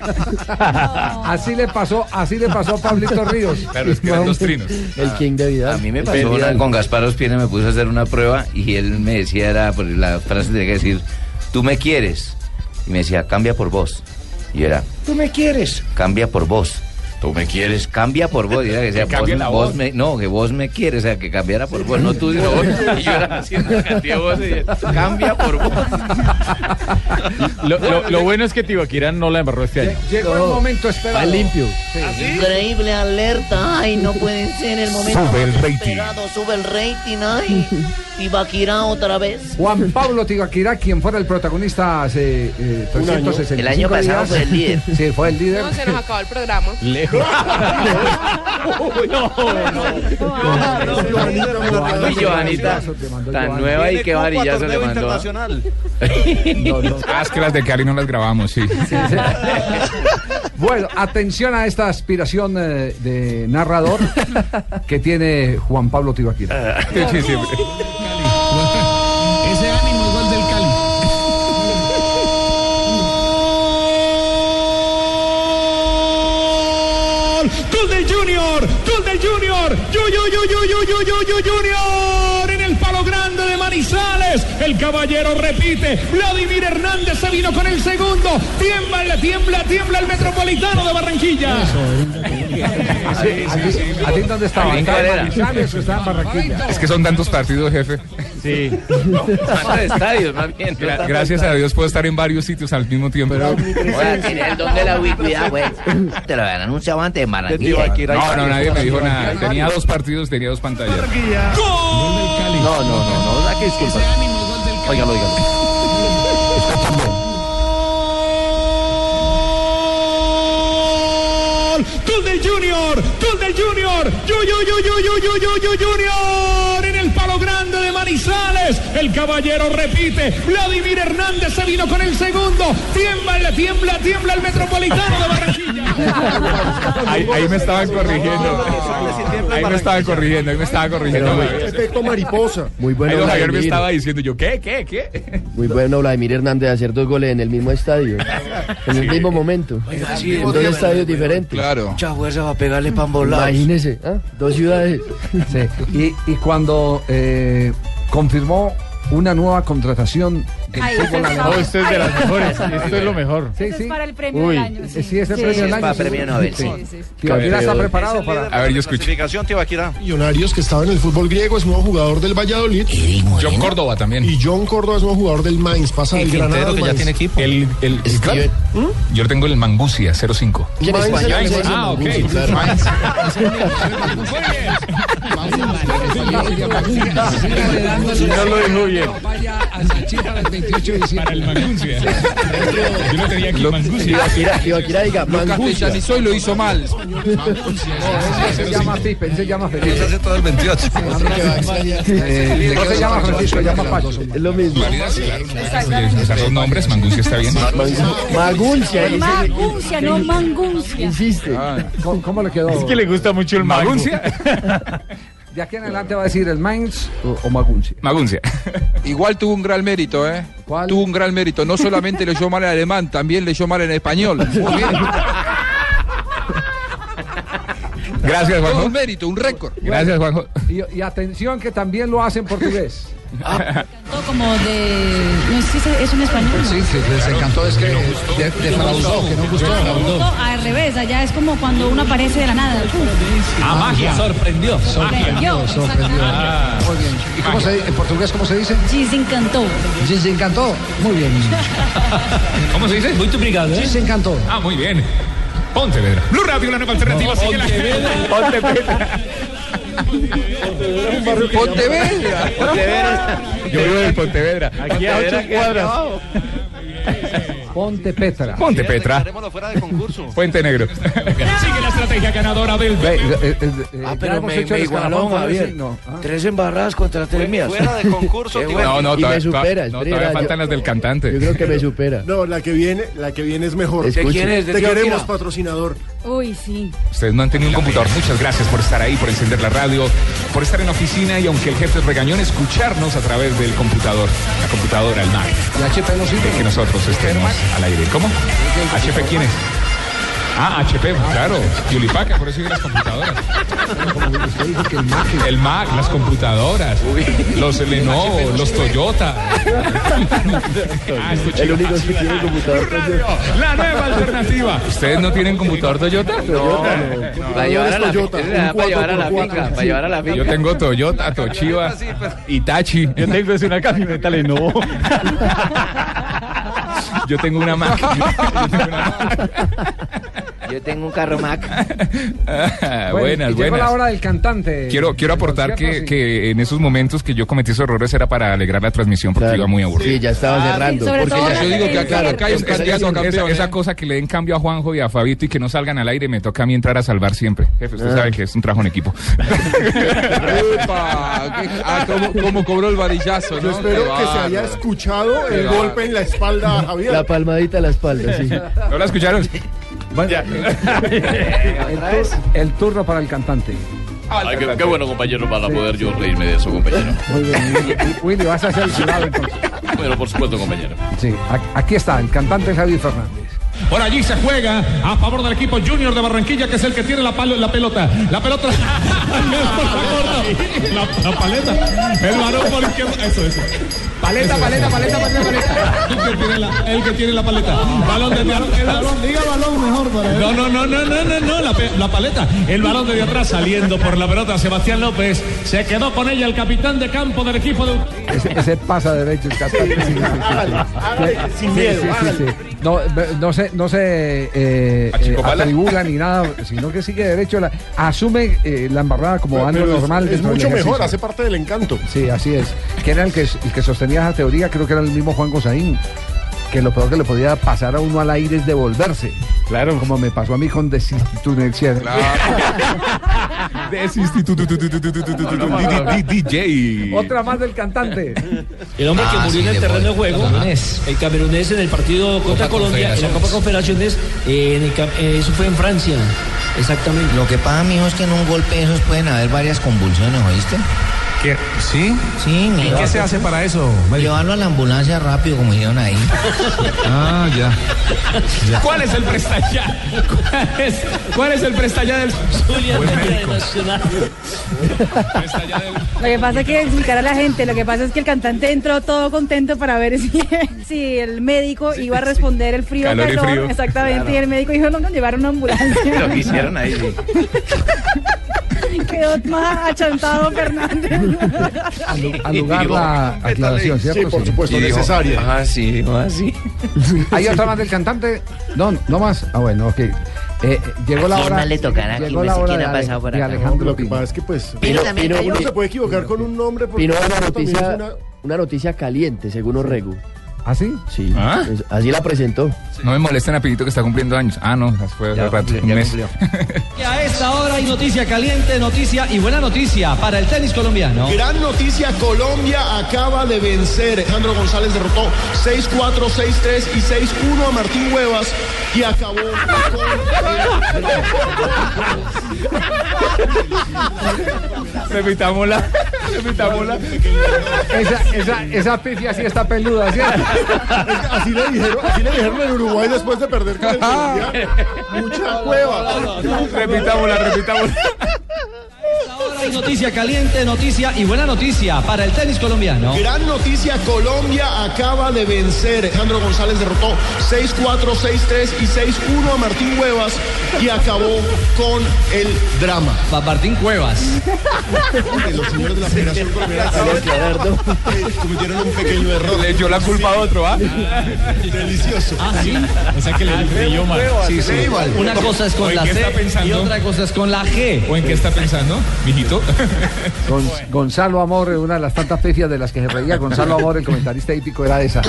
Así le pasó, así le pasó a Pablito Ríos.
Claro, es que eran dos trinos. El King de Vidal.
A mí me pasó una- con Gaspar Ospina, me puse a hacer una prueba y él me decía, era, pues, la frase tenía que decir, tú me quieres. Y me decía, cambia por vos. Y yo era,
Tú me quieres.
cambia por vos. Tú me quieres. Cambia por vos. Y era [laughs] que sea,
Que cambie
vos,
la
vos
voz.
me, no, que vos me quieres, o sea, que cambiara por vos, no tú, sino vos. [laughs] Y yo era así, cantidad de voces, y yo, cambia por vos.
Lo, lo- lo bueno es que Tibaquirán no la embarró este año.
Llegó el momento esperado.
Va limpio.
¿Ah,
Increíble alerta, ay, no puede ser el momento.
Sube el
más
rating.
esperado, Sube el rating, ay. Y Baquirá otra vez.
Juan Pablo Tibaquirá, quien fuera el protagonista hace eh,
Un año.
365
El año pasado
días.
fue el líder.
[laughs] Sí, fue el líder.
No, se nos acabó el programa.
Uy, Johanita, tan nueva y qué varillazo le mandó.
[laughs]
Ah, es que las de Cali no las grabamos, [laughs] sí.
Bueno, atención a esta aspiración eh, de narrador que tiene Juan
[laughs]
Pablo Tibaquira.
Sí, sí.
Ese ánimo es gol del Cali.
¡Gol! ¡Gol del Junior! ¡Gol del Junior! ¡Yo, yo, yo, yo, yo, yo, yo, yo, Junior! En el palo grande de Manizales. El caballero repite. Vladimir Hernández se vino con el segundo. Tiembla, tiembla, tiembla el metropolitano de Barranquilla.
¿A ti dónde estaba?
Ahí en
¿Estaba en
Calera.
Manizales o estaba en Barranquilla?
Es que son tantos partidos, jefe. [laughs]
Sí.
estadios, más bien.
gracias a Dios puedo estar en varios sitios al mismo tiempo.
Ahora tiene el don de la ubicuidad,
pues.
güey. Te lo habían anunciado antes en Barranquilla.
No, no, nadie me dijo nada. Tenía dos partidos, tenía dos pantallas.
No, no, no, no, da que disculpas. Óigalo, óigalo.
¡Gol! ¡Gol del Junior! ¡Gol del Junior! ¡Yo, yo, yo, yo, yo, yo, yo, yo, Junior! En el palo grande de Manizales. El caballero repite. Vladimir Hernández se vino con el segundo. Tiembla, tiembla, tiembla el metropolitano de Barranquilla.
Ahí, ahí me estaban corrigiendo. Ahí me estaban corrigiendo, ahí me estaban corrigiendo.
Efecto mariposa.
Muy
Ahí
bueno.
don Javier me
Vladimir.
estaba diciendo yo, ¿qué, ¿Eh, qué, qué?
Muy bueno Vladimir Hernández hacer dos goles en el mismo estadio. En el mismo momento.
sí,
en dos
obvio.
estadios diferentes.
Claro.
Mucha fuerza va a pegarle pan volado.
Imagínese, ¿ah? dos ciudades.
¿eh? Sí. Y, y cuando eh, confirmó una nueva contratación del
Ay,
fútbol
ese es
alemán.
No, esto Oh, este es de las mejores. Esto es lo mejor.
Sí,
Ese
sí.
es para el premio
Uy,
del año.
Eh, Sí,
Sí.
ese premio del
es
año.
para premio Nobel,
Sí.
sí.
Sí. Tibaquira está preparado para...
A ver, yo escucho.
Millonarios que estaba en el fútbol griego es nuevo jugador del Valladolid.
John Córdoba también.
Y John Córdoba es nuevo jugador del Mainz. Pasa del Granada al Mainz.
equipo. El, el,
Steven-
¿Mm? Yo tengo el Mangucia 05.
¿Quién es
Mainz,
español?
Mainz, Ah, ok. Mainz.
Si no lo dijo bien.
Vaya a Sanchís para el 28 de diciembre.
El Mangucia. Yo no tenía aquí Mangucia.
Tibaquira, Tibaquira diga,
Lo
Mangucia.
castellanizó y lo hizo mal.
Él se llama Pipe, él se llama Felipe.
hace todo el 28.
[laughs]
Eh, no se llama Francisco, se llama Pacho.
Es lo mismo.
Oye, Usar los nombres, Mangucia está bien.
Maguncia. dice,
Manguncia, no manguncia.
Insiste.
Ah.
¿Cómo, cómo le quedó?
Es que le gusta mucho el mango.
¿Maguncia?
De aquí en adelante va a decir el Mainz o, o Maguncia.
Maguncia.
[laughs] Igual tuvo un gran mérito, ¿eh?
¿Cuál?
Tuvo un gran mérito. No solamente leyó mal en alemán, también leyó mal en español.
Gracias,
Todo un
Juanjo.
mérito, un récord.
Gracias, Juanjo.
Y, y atención que también lo hace
[laughs]
en portugués.
Todo como de. No sé si es un español.
Sí, sí, les encantó, es que defraudó, que no gustó.
Todo Al revés, allá es como cuando uno aparece de la nada.
A magia. Sorprendió.
Sorprendió.
Muy bien. ¿Y cómo se, en portugués cómo se dice?
Desencantó.
Les encantó. Muy bien.
¿Cómo se dice?
Muy obrigado, ¿eh?
Les encantó.
Ah, muy bien. Pontevedra. Blue Radio, la nueva alternativa. sigue la-
Pontevedra.
Yo vivo en Pontevedra.
Aquí a ocho cuadras.
Ponte Petra.
Ponte Petra.
fuera de concurso.
Puente Negro.
Sigue la estrategia ganadora del
Ve, eh, eh, eh,
Ah,
ya
pero
hemos
me,
hecho
me
el
igualó,
escalafón,
Javier.
sí, no. Ah.
Tres embarradas contra tres mías.
de concurso,
Qué
tío.
bueno.
No, no,
Y me
todavía,
supera,
no,
espera,
todavía
yo-
faltan las del cantante.
Yo creo que
[laughs]
me supera.
No, la que viene, la que viene es mejor.
Es-
¿De
Escuche.
quién es? ¿De
Te
Tibaquira?
queremos, patrocinador.
Uy, sí.
Ustedes no han tenido un computador. Muchas gracias por estar ahí, por encender la radio, por estar en la oficina y aunque el jefe es regañón, escucharnos a través del computador, la computadora, el Mac,
La HP no sirve.
que nosotros estemos al aire. ¿Cómo? ¿HP quién es? Ah, HP, claro. Yulipaca, por eso digo las computadoras.
Usted dijo que el máquina.
El Mac, las computadoras, los Lenovo, los Toyota. Ah, esto
El
chido.
único que tiene el computador.
La nueva alternativa. ¿Ustedes no tienen computador Toyota?
Para llevar a la
Toyota, un
finca. Para llevar a la finca. Para llevar a la
Yo
finca.
tengo Toyota, Toshiba,
pues.
Itachi.
Yo tengo es una camioneta Lenovo.
[laughs]
[laughs] Yo tengo una Mac.
Yo tengo un carro Mac.
Ah,
y
buenas,
llegó
buenas.
la hora del cantante.
Quiero, quiero aportar que, que en esos momentos que yo cometí esos errores era para alegrar la transmisión porque iba muy aburrido.
Sí, ya
Ah,
estaba cerrando. porque ya-
Esa- esa,
¿eh?
esa cosa que le den cambio a Juanjo y a Fabito y que no salgan al aire, me toca a mí entrar a salvar siempre. Jefe, usted
Ah.
sabe que es un trabajo en
[laughs]
equipo.
Epa, qué- ah, cómo, cómo cobró el varillazo, ¿no?
Yo espero que se haya escuchado
Qué
el
bárbaro.
golpe en la espalda a Javier.
La palmadita a la espalda,
[laughs]
sí.
¿No la escucharon? [laughs]
El, tur- el turno para el cantante.
Ay, qué, qué bueno, compañero, para poder yo reírme de eso,
[laughs]
compañero.
Muy bien. Willy, Willy, vas a hacer el jurado entonces.
Bueno, por supuesto, compañero.
Sí, a- aquí está, el cantante Javier Fernández.
Por allí se juega a favor del equipo [laughs] Junior de Barranquilla, que es el que tiene la, palo- la pelota. La pelota. la, la paleta. El varón por izquierda. Eso, eso. Paleta, paleta, paleta, paleta, paleta. El que tiene la, el que tiene la paleta. Balón de balón. el balón. Diga balón mejor para No, no, no, no, no, no, no. La, pe- la paleta. El balón de atrás saliendo por la pelota. Sebastián López se quedó con ella, el capitán de campo del equipo de.
Ese, ese pasa derecho, el cantante. sí, sí, sí, sí.
hágale,
Sí,
sin
sí,
miedo,
sí, sí,
hágale.
sí. No, ve- no se, no se eh, eh,
Achicopala.
atribula ni nada, sino que sigue derecho. la- asume eh, la embarrada como algo
Pero es-
normal.
Es,
dentro del
mucho mejor,
ejercicio.
hace parte del encanto.
Sí, así es. ¿Quién era el que, el que sostenía esa teoría? Creo que era el mismo Juan Gosaín. Que lo peor que le podía pasar a uno al aire es devolverse. Claro. Como me pasó a mí con desistitunencia. [laughs]
DJ.
Otra más del
[laughs]
cantante.
El hombre
Ah,
que murió en el terreno de juego, el camerunés en el partido contra Colombia, en la Copa Confederaciones, eh, en el cam- eh, eso fue en Francia. Exactamente.
Lo que pasa, mijo, es que en un golpe de esos pueden haber varias convulsiones, ¿oíste? ¿Qué? ¿Sí? Sí, mijo.
qué se hace para eso,
Llevarlo a la ambulancia rápido, como hicieron
[laughs]
ahí.
Ah, ya.
¿Cuál es el prestallá? ¿Cuál es, cuál es el prestallá del Zulia Nacional?
Lo que pasa es que explicar a la gente, lo que pasa es que el cantante entró todo contento para ver si, [laughs] si el médico iba a responder el frío
Calor y
calor.
frío.
Exactamente,
Claro.
y el médico dijo, no, no, llevaron una ambulancia.
Lo que hicieron ahí, sí.
[laughs] Quedó más achantado Fernández.
Al lugar la aclaración, ¿cierto?
pues,
Y dijo, Ah, sí, dijo así.
[laughs] ¿Hay otra más del cantante? No, no más. Ah, bueno, ok. Eh, eh, llegó la
¿A quién
hora.
más le tocará? ¿Quién
Llegó
ni
la hora de,
siquiera ha
Ale-
pasado por
de
acá?
Alejandro
Lo que
Pino.
pasa es que pues.
Pino
Pino,
también
Pino,
cayó.
uno se puede equivocar con un nombre porque
Pino, una
Pino también
noticia,
es una-
una noticia caliente, según Orrego.
¿Ah, sí?
Sí. pues,
¿Ah?
Es- Así la presentó.
No me molesten a Pidito que está cumpliendo años. Ah, no, fue hace rato. un mes. [laughs]
Que a esta hora hay noticia caliente, noticia y buena noticia para el tenis colombiano.
Gran noticia, Colombia acaba de vencer. Alejandro González derrotó 6-4, 6-3 y 6-1 a Martín Huevas y acabó
[laughs]
[laughs]
Repitamos la. Repitamos la.
Esa, esa, esa pifia sí está peluda, ¿cierto?
Así le dijeron, así le dijeron en Uruguay después de perder con
[laughs]
el Colombia. Mucha cueva.
Ah.
Repitámosla, repitámosla.
Ahora hay noticia caliente, noticia y buena noticia para el tenis colombiano.
Gran noticia, Colombia acaba de vencer. Alejandro González derrotó 6-4, 6-3 y 6-1 a Martín Cuevas y acabó con el drama.
Martín Cuevas.
[laughs] Los señores de la Federación Colombiana [laughs] eh, cometieron un pequeño error.
Le echó la culpa a otro, ¿ah?
Delicioso.
Ah, sí.
O sea que le
creyó mal.
Sí, sí.
Una cosa es
¿O
con
en
la
qué está
C y
pensando?
otra cosa es con la G.
¿O en qué está pensando, mijito?
Gon- Gonzalo Amor, una de las tantas pifias de las que se reía Gonzalo Amor, el comentarista hípico, era esa.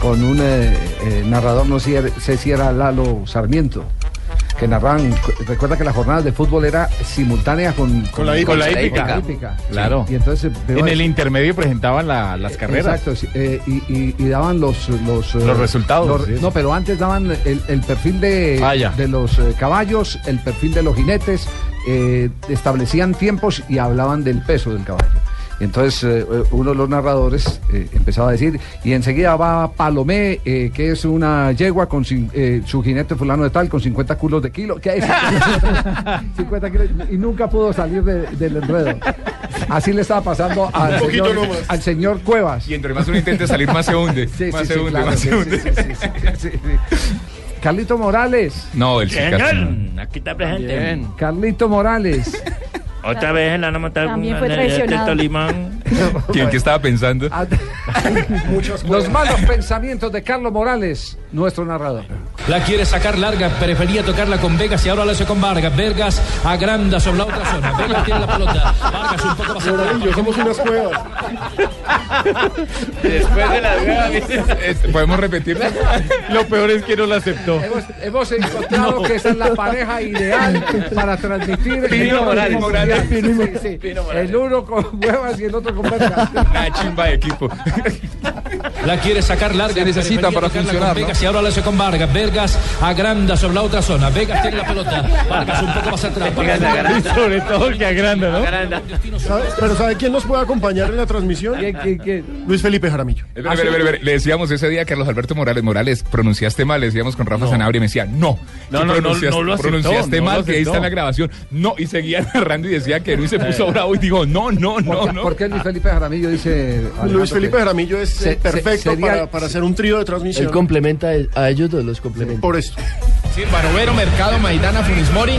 Con un eh, eh, narrador, no sé sé si era Lalo Sarmiento, que narraban. cu- Recuerda que las jornadas de fútbol era simultánea con,
Con la hípica. Con la hípica. Claro.
Sí, Y entonces, veo
En
eso.
el intermedio presentaban la- las carreras.
Exacto, sí, eh, y, y- y daban los los, eh,
Los resultados, sí.
no, pero antes daban el, el perfil de,
Ah, ya.
de los eh, caballos, el perfil de los jinetes, eh, establecían tiempos y hablaban del peso del caballo. Y Entonces eh, uno de los narradores eh, empezaba a decir, y enseguida va Palomé, eh, que es una yegua con cin- eh, su jinete fulano de tal, con 50 kilos de kilo,
[laughs]
que es 50 kilos, y nunca pudo salir de- del enredo. Así le estaba pasando al,
Un poquito
señor,
nomás.
al señor Cuevas.
Y entre más uno intente salir, más se hunde.
Sí,
más
sí,
se
sí,
hunde,
claro,
más
sí,
se hunde.
Carlito Morales.
No, el
Señor,
aquí está presente.
[laughs]
Carlito Morales.
Otra vez en la nota
También fue traicionado.
Ah,
¿Quién que estaba pensando?
Los malos pensamientos de Carlos Morales
[laughs]
nuestro narrador.
La quiere sacar larga, prefería tocarla con Vegas y ahora lo hace con Vargas. Vargas agranda sobre la otra zona. Vargas tiene la pelota. Vargas un poco más atrás.
somos unas
[laughs]
cuevas.
Después de
[laughs]
la
¿Podemos [laughs] repetirla?
Lo peor es que no la aceptó.
Hemos, hemos encontrado que esa es la pareja ideal para transmitir.
Pino Morales.
Morales. Sí, sí. El uno con huevas y el otro con verga.
Una chimba de equipo.
[laughs] La quiere sacar larga.
Se necesita
prefería
para
tocarla
funcionar,
con
¿no?
Vegas y ahora lo hace con Vargas. Vargas agranda sobre la otra zona. Vegas tiene la pelota. Vargas un poco más atrás.
Vargas
Y
[laughs]
agranda.
sobre todo el que agranda, ¿no?
¿Sabe- Pero ¿sabe quién nos puede acompañar en la transmisión? Luis Felipe Jaramillo.
Espera, espera, espera, espera. Le decíamos ese día a Carlos Alberto Morales, Morales, pronunciaste mal, le decíamos con Rafa Sanabria y me decía, no,
No, no,
que
no,
pronunciaste,
no lo aceptó,
pronunciaste
no lo
mal, que ahí
aceptó. Eh.
está la grabación. No, y seguía [laughs] narrando y decía que Luis [laughs] se puso bravo y dijo, no, no, no,
¿Por,
no.
por qué Luis Felipe Jaramillo dice.
Luis
Alejandro,
Felipe
que-
Jaramillo es
Se-
eh,
se-
perfecto
sería-
para, para hacer un trío de transmisión.
Él complementa a ellos dos, los complementa.
Por esto.
Barovero, Mercado, Maidana, Funes Mori,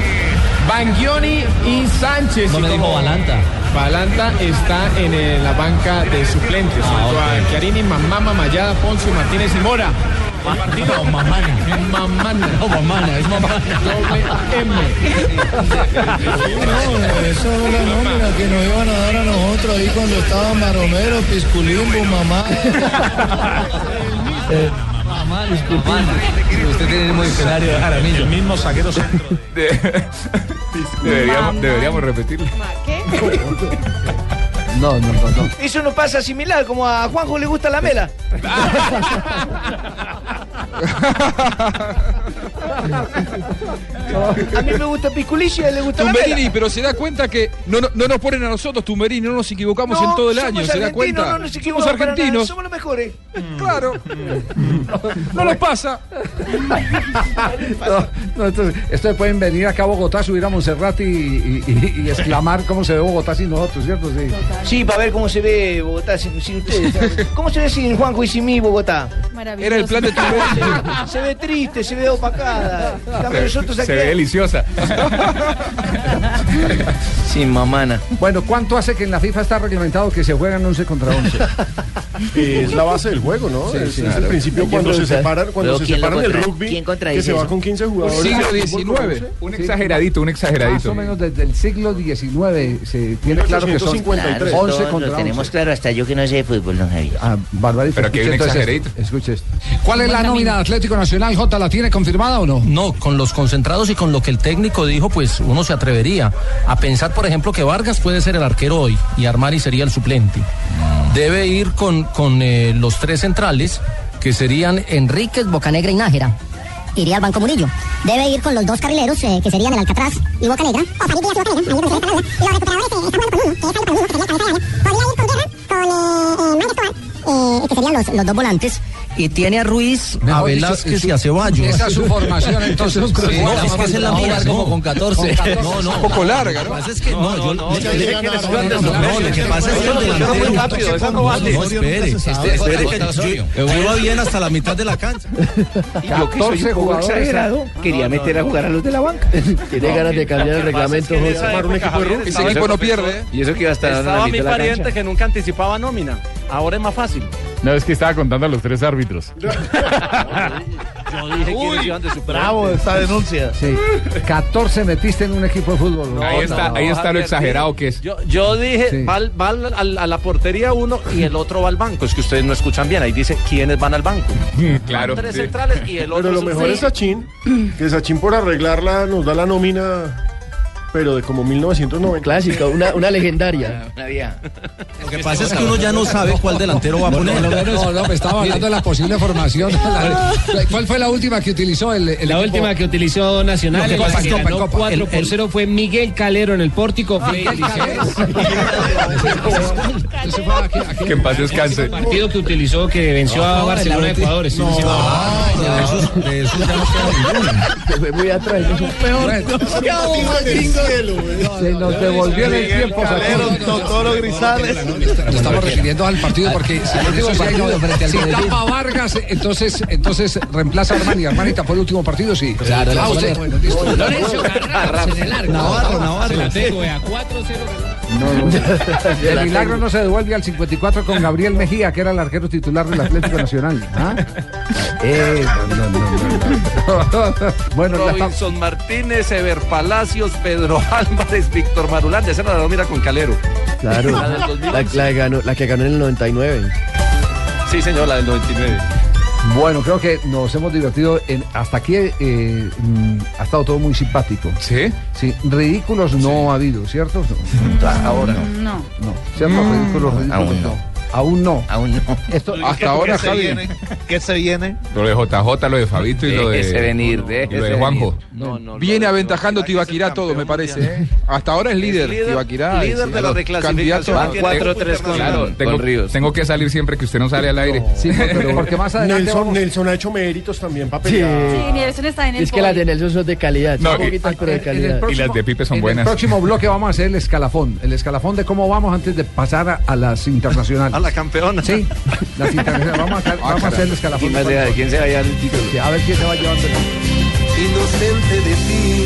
Bangioni y Sánchez. No me dijo Balanta. Balanta está en eh, la banca de suplentes. junto a Chiarini, Mamama, Mayada, Poncio, Martínez y Mora. El partido. mamana. Mamana. No, mamana, es mamana. Doble M.
No, eso es la nómina que nos iban a dar a nosotros ahí cuando estaban Maromero, Pisculimbo, mamá.
Mamá, Usted tiene muy escenario de Jaramillo. El mismo saquero centro.
Deberíamos, deberíamos repetirlo.
[laughs] No, no, no, no.
Eso no pasa similar, como a Juanjo le gusta
[laughs]
la mela.
A mí me gusta Pisculici y le gusta
la
Tumberini,
vela.
pero se da cuenta que no, no, no nos ponen a nosotros, Tumberini, no nos equivocamos
No,
en todo el
somos
año, se da
argentinos,
cuenta.
No nos
somos
equivocamos para nada,
argentinos.
Somos los mejores.
Claro.
Mm.
No nos pasa.
No, no, entonces, ustedes pueden venir acá a Bogotá, subir a Montserrat y, y- y- y exclamar cómo se ve Bogotá sin nosotros, ¿cierto? Sí.
Sí, para ver cómo se ve Bogotá sin, sin ustedes. ¿saben? ¿Cómo se ve sin Juanjo y sin mí Bogotá?
Maravilloso.
Era el plan de tu Se ve triste, se ve opacada. Estamos nosotros
Se
aquí. [laughs]
ve deliciosa.
Sin mamana. Bueno, ¿cuánto hace que en la FIFA está reglamentado que se juegan 11 contra 11?
Es la base del juego, ¿no?
Sí,
es,
sí,
es
claro.
el principio
Yo
cuando se
preguntar,
separan, cuando
pero
se
¿quién lo
separan del
contra-
rugby,
quién
que
contradice
se va
eso?
con 15 jugadores.
Un exageradito, un
Más o
exageradito.
menos desde el siglo XIX se tiene claro que son
11
11 contra 11.
tenemos claro, hasta yo que no sé de fútbol, no sabía.
Ah, barbarito.
Pero aquí hay un
Escuche entonces
exageradito.
esto, Escuche esto.
¿Cuál es la nómina
de Atlético Nacional, J? ¿La tiene confirmada o no? No, con los concentrados y con lo que el técnico dijo, pues uno se atrevería a pensar, por ejemplo, que Vargas puede ser el arquero hoy y Armani sería el suplente. Debe ir con, con eh, los tres centrales, que serían eh, Enríquez, Bocanegra y Nájera.
Iría al Banco Murillo. Debe ir con los dos carrileros, eh, que serían el Alcatraz y Boca Negra. O Farid Díaz y Boca Negra. Ahí es donde se ve el problema. Y los recuperadores eh, están jugando por uno, que es Farid Palomino, eh, que sería el cabeza de área. Podría ir con Guerra, con eh, eh, Mike Escobar, eh, que serían los, los dos volantes.
Y tiene a Ruiz,
Mejor
a
dicho,
Velázquez
eso-
y a Ceballos.
esa es su formación, entonces.
Sí,
Con
no,
cuatro
es que esa es la
más
mía,
larga,
no,
como con 14.
Con 14. [laughs] No, no.
Un poco larga, ¿no?
Ah, Lo que pasa es que- no, yo-
no,
yo-
no,
yo- yo-
no, no,
no,
no,
no,
no,
lo que pasa es que el
no, no, no,
delantero-
muy rápido, esa no vale.
No, espere,
Este-
espere,
este-
que yo- yo iba bien hasta la mitad de la cancha.
Yo que soy un poco
¿eh?
exagerado, eh. quería meter a jugar a los de la banca.
Tiene ganas de cambiar el reglamento, José.
Ese equipo no pierde. ¿eh? Y eso que iba a estar dando la
Estaba mi
mitad de la
pariente
cancha.
que nunca anticipaba nómina. Ahora es más fácil.
No, es que estaba contando a los tres árbitros.
Yo dije quiénes iban de su
denuncia. Sí. 14 metiste en un equipo de fútbol. ¿no?
Ahí está, ahí está lo exagerado que es.
Yo, yo dije, va, al- va al- al- a la portería uno y el otro va al banco. Es que ustedes no escuchan bien. Ahí dice quiénes van al banco.
[laughs] Claro.
Tres
sí.
centrales y el otro
Pero lo
es un-
mejor es Sachin, que Sachin por arreglarla nos da la nómina, pero de como 1990.
Clásica, una,
[laughs]
una legendaria.
Lo
que
pasa es que uno ya no sabe cuál delantero va a
No,
poner.
no,
no,
no, me estaba hablando de la posible
[laughs]
formación.
¿Cuál fue la última que utilizó el,
La última que utilizó Nacional,
No,
en
Copa,
la que
Copa,
ganó
Copa.
4
El-
por
el-
0 fue Miguel Calero en el pórtico.
Que en paz descanse.
partido que utilizó que venció a
No,
Barcelona
la
de
ulti-
Ecuador. sí,
No,
sí.
de esos- de esos ya no queda ninguno.
Se fue muy atrás.
Peor.
Bueno.
Tingo, tingo,
Calero,
Se nos devolvió el tiempo.
Calero, Totoro Grisales.
Nos estamos refiriendo al partido porque si
al último
eso sí hay
partido
no-
frente al
si
Medellín.
tapa Vargas, entonces, entonces reemplaza a Armani. Armani tapó el último partido, sí.
Claro,
Ah, usted-
Lorenzo.
bueno, listo.
Lorenzo Carrasco en el arco.
Navarro, Navarro.
Ah, Se la tengo, vea, 4-0.
No, no. El milagro no se devuelve al 54 con Gabriel Mejía, que era el arquero titular del Atlético Nacional. ¿Ah? [laughs] Eh, no, no, no, no. Bueno, ya estamos.
Robinson Martínez, Ever Palacios, Pedro [laughs] Álvarez, Víctor Marulanda. Esa era la mira con Calero.
Claro,
La del
la,
2011.
la que ganó, la que ganó en el 99.
Sí, señor, la del 99.
Bueno, creo que nos hemos divertido. En, hasta aquí eh, mm, ha estado todo muy simpático.
¿Sí?
Sí, ridículos no ha habido, ¿cierto? No. Ahora no.
No.
¿Cierto? Ridículos, ridículos
aún
no. Aún no.
Aún no.
Esto,
Hasta ahora, Javi.
¿Qué se viene?
Lo de JJ, lo de Fabito y lo de.
Déjese venir,
y
déjese
lo de
venir.
Juanjo.
No, no.
Viene aventajando Tibaquirá todo, me parece. ¿eh? Hasta ahora es líder,
líder-
Tibaquirá.
líder
es
de la reclasificación.
candidato a-
Van cuatro, tres con-
Claro,
con
tengo,
Ríos.
tengo que salir siempre que usted no sale al aire.
Sí, pero porque más adelante
Nelson,
vamos-
Nelson ha hecho méritos también para
Sí.
pelear.
Sí, Nelson está en el
Es que las de
podio.
Nelson son de calidad, son
No, y-
poquitas pero de
en el
calidad.
Y las de Pipe son
en
buenas.
el próximo bloque vamos a hacer el escalafón. El escalafón de cómo vamos antes de pasar a, a las internacionales. A Ah, la
campeona.
[laughs] Sí, las internacionales. Vamos a, hacer- vamos a hacer el escalafón.
Ah, ¿Quién va a llegar? ¿Quién se va a llevar el título?
Sí, a ver quién se va llevando
Inocente de ti,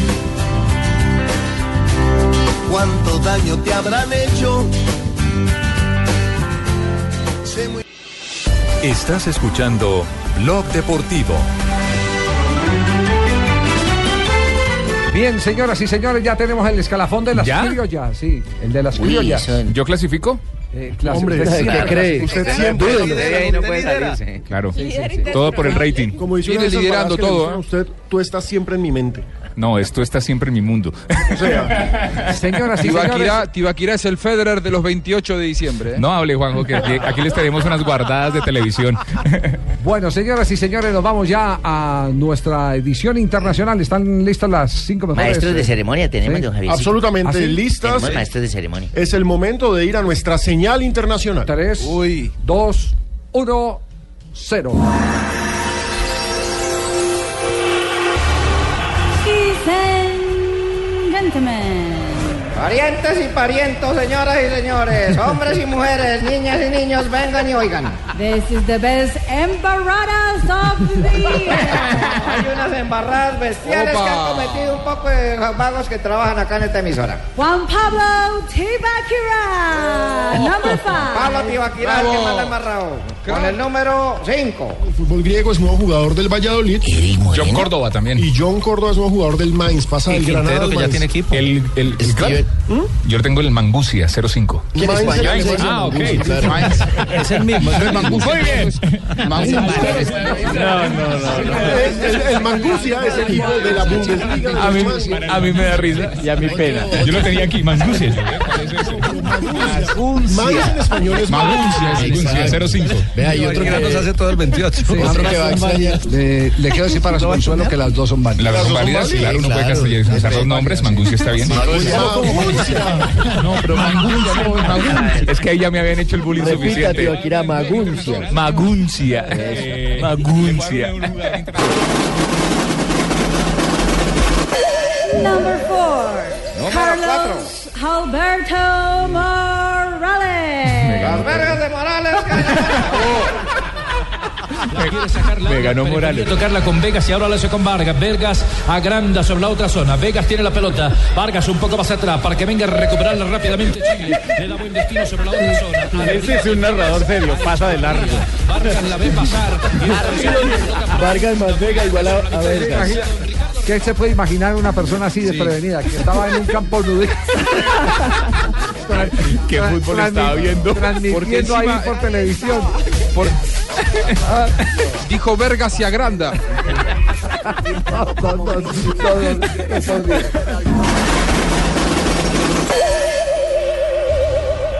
cuánto daño te habrán hecho. Sé muy-
Estás escuchando Blog Deportivo.
Bien, señoras y seores, ya tenemos el escalafón de las
¿Ya?
criollas. Sí, el de las criollas.
¿Yo clasifico?
Eh, clase- usted siempre clasifica. Usted
Dúdelo.
siempre-
Claro. Todo por el rating.
Como dice una de
Viene
esas
liderando
palabras que
todo.
le
¿eh?
dicen a usted, tú estás siempre en mi mente.
No, esto está siempre en mi mundo.
Señoras y señores.
Tibaquirá, Tibaquirá es el Federer de los 28 de diciembre. ¿eh?
No hable, Juanjo, que aquí, aquí les tenemos unas guardadas de televisión.
Bueno, señoras y señores, nos vamos ya a nuestra edición internacional. ¿Están listas las cinco mejores?
Maestros de ceremonia tenemos, don Javier.
Absolutamente
¿Ah, sí?
listas.
Tenemos maestros de ceremonia.
Es el momento de ir a nuestra señal internacional.
Tres, dos, uno, cero.
Ladies and gentlemen.
Parientes y parientos, señoras y señores, hombres y mujeres, niñas y niños, vengan y oigan.
This is the best embaradas of the year.
Hay unas embarradas bestiales que han
Opa.
cometido un poco de vagos que trabajan acá en esta emisora.
Juan Pablo Tibaquira. [laughs] Number five.
Pablo Tibaquirá, el que
Oh.
más la ha embarrado. Con el número 5.
El fútbol griego es nuevo jugador del Valladolid.
John Córdoba también.
Y John Córdoba es nuevo jugador del Mainz. Pasa del Granada. al Mainz.
equipo. ¿Mm? El, el, el- Yo tengo el Mangucia 05.
¿Quién es Mainz? Mainz.
Ah, ok.
Mainz, claro.
Mainz.
Es el mismo, es el Mangucia.
Muy bien.
No, no, no. El, el- el Mangucia es el hijo de la Bundesliga. de
A mí,
los Mangucia.
a mí me da risa. Y a mí pena. Yo lo tenía aquí, Mangucia.
Mainz en español es
Mangucia, sí, Mangucia 05.
Vea, y otro que-
todo el 28.
Sí,
Otro
ambas
que va a
son
extrañar.
válidas. le, le quiero decir para su consuelo que las dos son válidas.
Las dos son válidas, claro, uno puede castellanizar los nombres, Mangucia está bien. No, pero Manguncia, no, Manguncia. Es que ahí ya me habían hecho el bullying
Repita,
suficiente.
Tibaquirá, Maguncia.
Maguncia. Eh, Maguncia.
Number four. Carlos Alberto Morales.
Las vergas de Morales.
Me ganó
Morales. Tocarla con Vegas y ahora lo hace con Vargas. Vegas agranda sobre la otra zona. Vegas tiene la pelota. Vargas un poco más atrás para que venga a recuperarla rápidamente. Chile le da buen destino sobre la otra zona.
Ese es un narrador serio, pasa de largo.
Vargas la ve pasar.
Vargas más Vega igual a, a Vergas.
¿Qué se puede imaginar una persona así desprevenida que estaba en un campo nudista?
¿Qué fútbol estaba viendo?
Porque
Transmitiendo ahí
encima-
por televisión.
Por- [laughs] Dijo Vergas y agranda.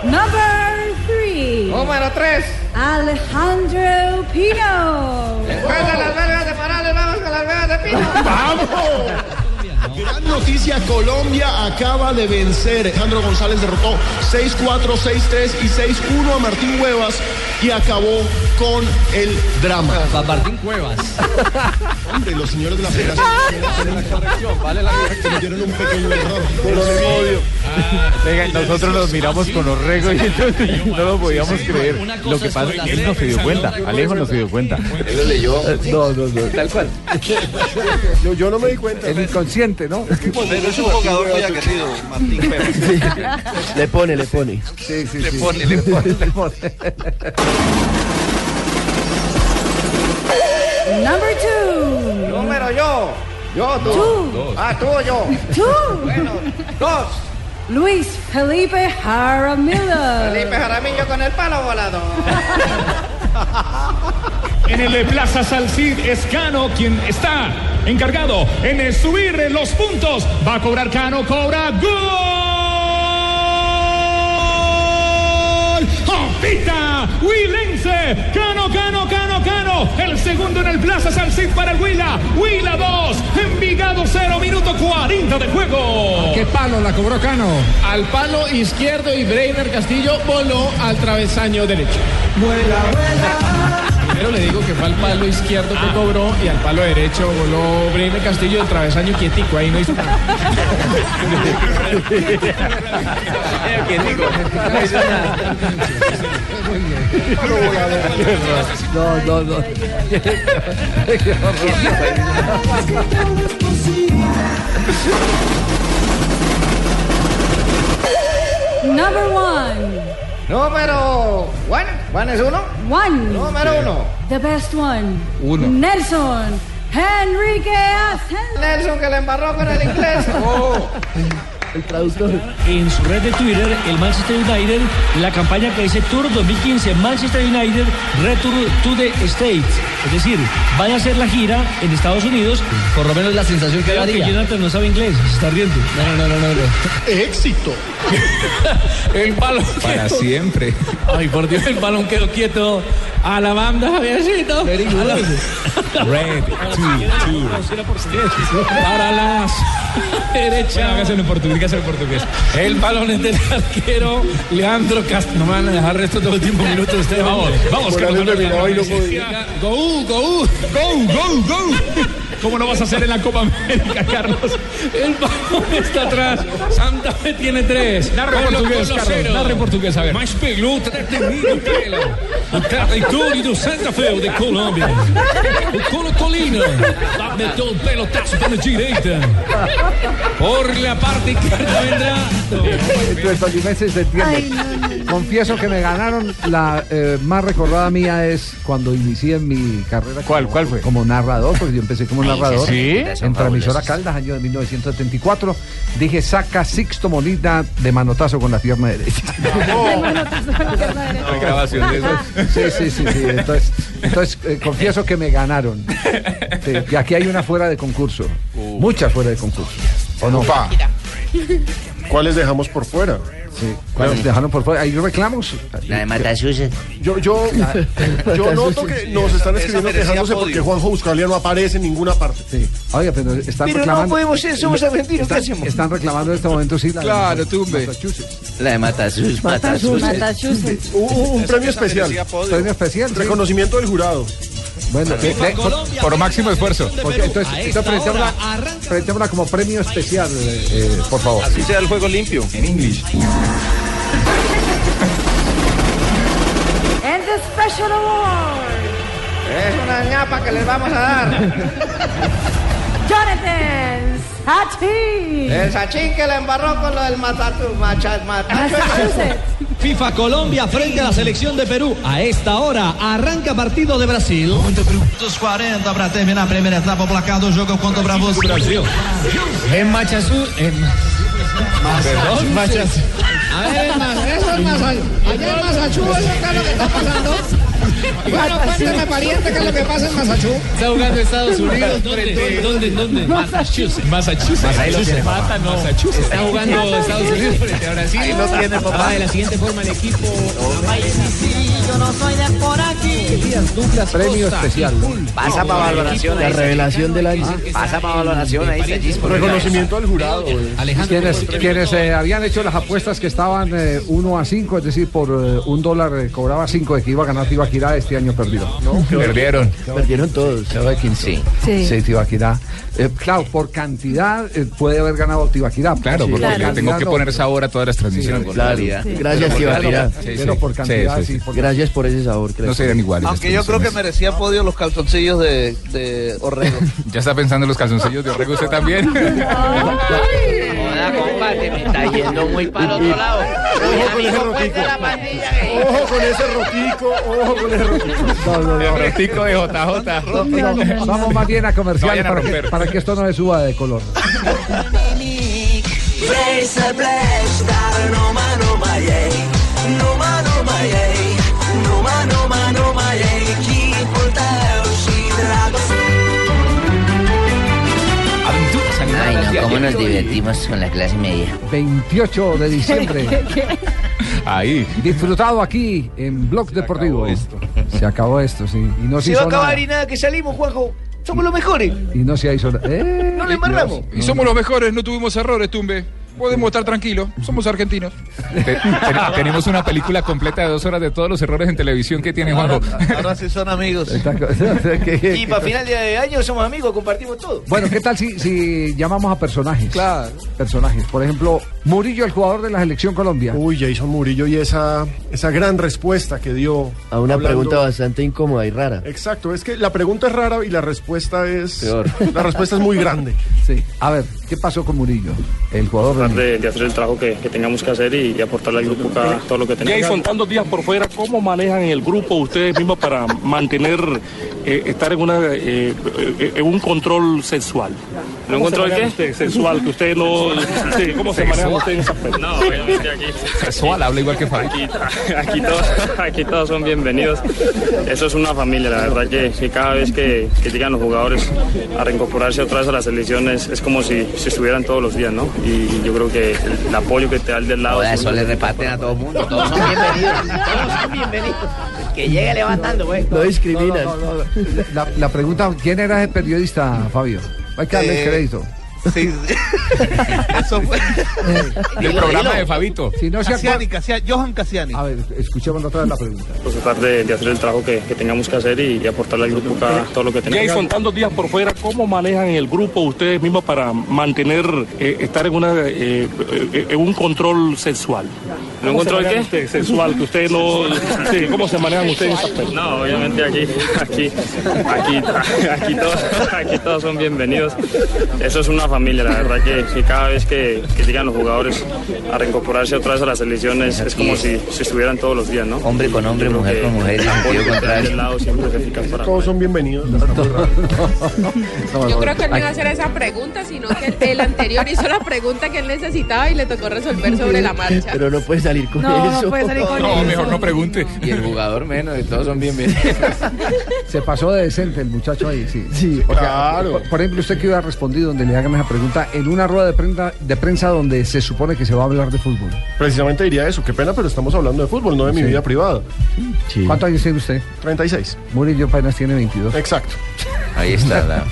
Number three.
Número 3.
Alejandro Pino.
Después de las vergas de Morales, vamos con las vergas de
[laughs]
Pino.
¡Vamos! Gran noticia, Colombia acaba de vencer. Alejandro González derrotó 6-4, 6-3 y 6-1 a Martín Huevas y acabó
con el drama.
Martín Cuevas.
Hombre, los señores de la federación
Vale la
cometieron un pequeño error.
Ah,
Venga, nosotros nos miramos con los regos y entonces no lo podíamos creer. Lo que pasa es que él no se dio cuenta. Alejo no se dio cuenta.
Él lo
[laughs]
leyó.
No, no, no.
Tal cual.
Yo, yo no me di cuenta. El inconsciente, ¿no?
Pero es un jugador muy agresivo, Martín
[laughs]
Cuevas.
Le pone, le pone.
Sí, sí,
Le
sí.
pone, le
[laughs]
pone,
le pone.
Number two. Número yo. Yo, tú.
Tú.
Ah, tú, yo.
Tú.
Bueno, dos.
Luis Felipe Jaramillo.
Felipe Jaramillo con el palo volado.
En el de Plaza Salcid es Cano quien está encargado en eh, subir eh, los puntos. Va a cobrar Cano, cobra gol. ¡Opita! Huilense. Cano, Cano, Cano, Cano. El segundo en el Plaza Salcid para el Huila. Huila 2. Envigado 0. Minuto 40 de juego.
¿Qué palo la cobró Cano? Al palo izquierdo y Breiner Castillo voló al travesaño derecho. Vuela, vuela. Primero le digo que fue al palo izquierdo que cobró y al palo derecho voló Breiner Castillo el travesaño quietico, ahí no hizo nada.
No, no, no.
Number one. pues, Número one. ¿One es uno?
One.
Número uno.
The best one.
Uno.
Nelson. Enrique Asensio.
Nelson que le embarró con el
[laughs]
inglés.
Oh.
Oh. El traductor. En su red de Twitter, el Manchester United, la campaña que dice Tour 2015 Manchester United Return to the States. Es decir, van a hacer la gira en Estados Unidos. Por lo menos la sensación
que daría.
que Jonathan no sabe inglés, se está riendo. No, no, no, no.
Éxito.
[laughs] el balón Para siempre. Ay, por Dios, el balón quedó quieto. A la banda, Javiercito. A la-
Red,
Para las derechas. en portugués, en portugués. El balón es del arquero Leandro Castro. No me van a dejar el resto de los últimos minutos ustedes. Vamos, vamos,
Por
Carlos
ahí no me miraba y no
Alberto.
podía.
Go, go, go, go, go.
[laughs] ¿Cómo no vas a hacer en la Copa América, Carlos?
El balón está atrás. Santa Fe tiene tres.
Narra en
Pueblo
portugués,
con
Carlos,
cero.
narra en português, a ver.
Mas pegou o determinado pela. O território do Santa Fe, o de Colômbia. O Colo Colina. Meteu o pelotaço pela direita. Por la parte izquierda vendrá.
Entre tolimenses se entiende.
Ay,
Confieso que me ganaron. La eh, más recordada mía es cuando inicié mi carrera. ¿Cuál, como, cuál fue? Como narrador, porque yo empecé como Ay, narrador. esas ¿Sí? En son Transmisora fabulosas. Caldas, año de 1974. Dije, saca Sixto Molina de manotazo con la pierna derecha.
Grabación de esas.
Sí, sí, sí, sí. Entonces, entonces, eh, confieso que me ganaron. Sí, y aquí hay una fuera de concurso. Muchas fuera de concurso. ¿O no?
Opa.
¿Cuáles dejamos por fuera? Sí, ¿cuáles dejaron por fuera? ¿Hay reclamos?
La de Matasuses.
Yo,
[laughs]
yo, yo noto que nos están escribiendo quejándose porque Juanjo Buscalia no aparece en ninguna parte.
Oiga, pero están
Pero no
reclamando.
podemos ser, somos argentinos,
Están,
¿qué hacemos?
están reclamando en este momento, sí. la-
Claro,
tumbe.
La de Matasus, Matasus.
Un, un
Esa
premio
esa merecía
especial.
podio. Premio especial, sí.
Reconocimiento del jurado.
Bueno,
Arriba
le- le-
Colombia,
por máximo esfuerzo.
de
Porque
Perú.
entonces,
A
entonces
esta
presentémosla- presentémosla como premio especial, eh, eh, por favor.
Así sea el juego limpio. En inglés.
And the special award. Es
Eh,
una ñapa que les vamos a dar.
Jonathan Sachi.
El sachín que le embarró con lo del matatu, macha, matachu.
FIFA Colombia frente a la selección de Perú. A esta hora arranca partido de Brasil.
Dos 40 para terminar a primeira etapa. O placar do jogo eu conto pra você.
Brasil. En Machazú. En...
Perdón.
Machazú.
A ver, más, eso es más allá. Allá en Masachú, eso acá lo que está
[laughs]
pasando. Bueno, cuéntame, pariente, qué es lo que pasa en Masachú.
Está jugando Estados Unidos. ¿Dónde? ¿Dónde? ¿Dónde? Massachusetts. Massachusetts.
Ahí lo tiene, papá.
Mata, no.
Massachusetts.
Está jugando Estados Unidos frente a Brasil.
Ahí lo tiene, papá.
Va de la siguiente forma el equipo.
Yo no soy de por aquí.
Premio especial.
Pasa pa' valoración ahí,
La
Sachin.
revelación del año.
Pasa para valoración ahí, Sachin.
Reconocimiento al jurado. eh.
Quienes, quienes, eh, habían hecho las apuestas que estaban 1 a 5, es decir, por eh, un dólar eh, cobraba 5 eh, de que iba a ganar Tibaquirá Tibaquirá este año perdió.
Perdieron.
Perdieron todos. Sí.
Sí.
Sí, Tibaquirá. Eh, claro, por cantidad eh, puede haber ganado Tibaquirá.
Claro,
Sí,
porque
por
le tengo
calidad
que
no.
poner sabor a todas las transmisiones.
Sí, claro. Sí. Gracias, Tibaquirá. Pero por cantidad, sí, por-
Gracias por ese sabor.
No serían iguales.
Aunque yo
las
creo que
transmisiones.
merecía podio los calzoncillos de, de Orrego.
[laughs] Ya está pensando en los calzoncillos de Orrego usted
[laughs]
también.
Hola, compa, te me está yendo muy para otro lado.
Ojo con ese rotico. Ojo con ese rotico. Ojo con ese rotico.
El retico de JJ.
Vamos más bien a
No
comercial
vayan a
para, que,
romper.
para que esto no le suba de color.
Ay, no, cómo nos divertimos con la clase media.
28 de diciembre.
Ahí.
Disfrutado aquí en Blog Deportivo. Se acabó esto, sí. Y no se,
Se va a
hizo nada.
acabar y nada que salimos, Juanjo. Somos los
[laughs]
mejores.
Y no se hizo nada. Eh,
No le embarramos.
Y somos los mejores, no tuvimos errores, Tumbe. Podemos estar tranquilos, somos argentinos.
Te- ten- tenemos una película completa de dos horas de todos los errores en televisión que tiene Juanjo.
Ahora sí son amigos.
[laughs]
Y para final de año somos amigos, compartimos todo.
Bueno, ¿qué tal si, si llamamos a personajes? Claro. Personajes. Por ejemplo, Murillo, el jugador de la selección Colombia.
Uy, Jason Murillo y esa, esa gran respuesta que dio.
A una
hablando-
pregunta bastante incómoda y rara.
Exacto, es que la pregunta es rara y la respuesta es.
Peor.
[laughs] La respuesta es muy grande.
Sí. A ver, ¿qué pasó con Murillo? El jugador
Tratar de, de hacer el trabajo que, que tengamos que hacer y, y aportarle al grupo cada- todo lo que tenemos.
Jason, tantos días por fuera, ¿cómo manejan el grupo ustedes mismos para mantener, eh, estar en, una, eh, eh, en un control sexual?
¿En un
¿Cómo se
control
manejan
qué?
ustedes?
[laughs]
Sexual, que ustedes no... Sí, ¿Cómo se manejan ustedes en ese aspecto?
No, obviamente aquí.
Casual, habla igual que Fabio.
Aquí, aquí todos, aquí todos son bienvenidos. Eso es una familia, la verdad que, que cada vez que, que llegan los jugadores a reincorporarse otra vez a las selecciones es como si, si estuvieran todos los días, ¿no? Y yo creo que el, el apoyo que te da el del lado...
Joda, eso le
reparten a todo el mundo, todos son
Que llegue levantando, pues. güey.
No discriminan. La, la pregunta, ¿quién era ese periodista, Fabio? Hay que darle
Eh,
crédito.
Sí, sí. Eso fue.
Del programa de Fabito.
Si no se
Cassiani, Cassiani, Johan Cassiani.
A ver, escuchemos otra vez la pregunta.
Pues tratar de, de hacer el trabajo que, que tengamos que hacer y, y aportarle al grupo cada, todo lo que tenemos.
Jason, tantos días por fuera, ¿cómo manejan el grupo ustedes mismos para mantener, eh, estar en, una, eh, eh, en un control sexual?
¿En un
¿Cómo se
control
manejan
qué?
ustedes sexual, que ustedes
[laughs]
no... Sí, ¿cómo se manejan ustedes en ese aspecto?
No, obviamente aquí, aquí, aquí, aquí todos, [laughs] aquí todos son bienvenidos. Eso es una familia, la verdad que, que cada vez que, que llegan los jugadores a reincorporarse otra vez a las selecciones es como si, si estuvieran todos los días, ¿no? Hombre con hombre, mujer con mujer,
Todos son bienvenidos.
Yo creo que él no iba a hacer esa pregunta, sino que el anterior hizo la pregunta que él necesitaba y le tocó resolver sobre la marcha.
Pero no puede salir con
No, no
eso.
puede salir con
No,
eso.
mejor no pregunte. Y el jugador menos, de todos son bienvenidos.
Se pasó de decente el muchacho ahí, sí. Porque,
claro.
Por, por ejemplo, usted que hubiera respondido donde le hagan esa pregunta en una rueda de prensa, de prensa donde se supone que se va a hablar de fútbol.
Precisamente diría eso. Qué pena, pero estamos hablando de fútbol, no de mi
Sí.
vida privada.
¿Cuántos años tiene usted?
36.
Murillo apenas tiene 22.
Exacto.
Ahí está la...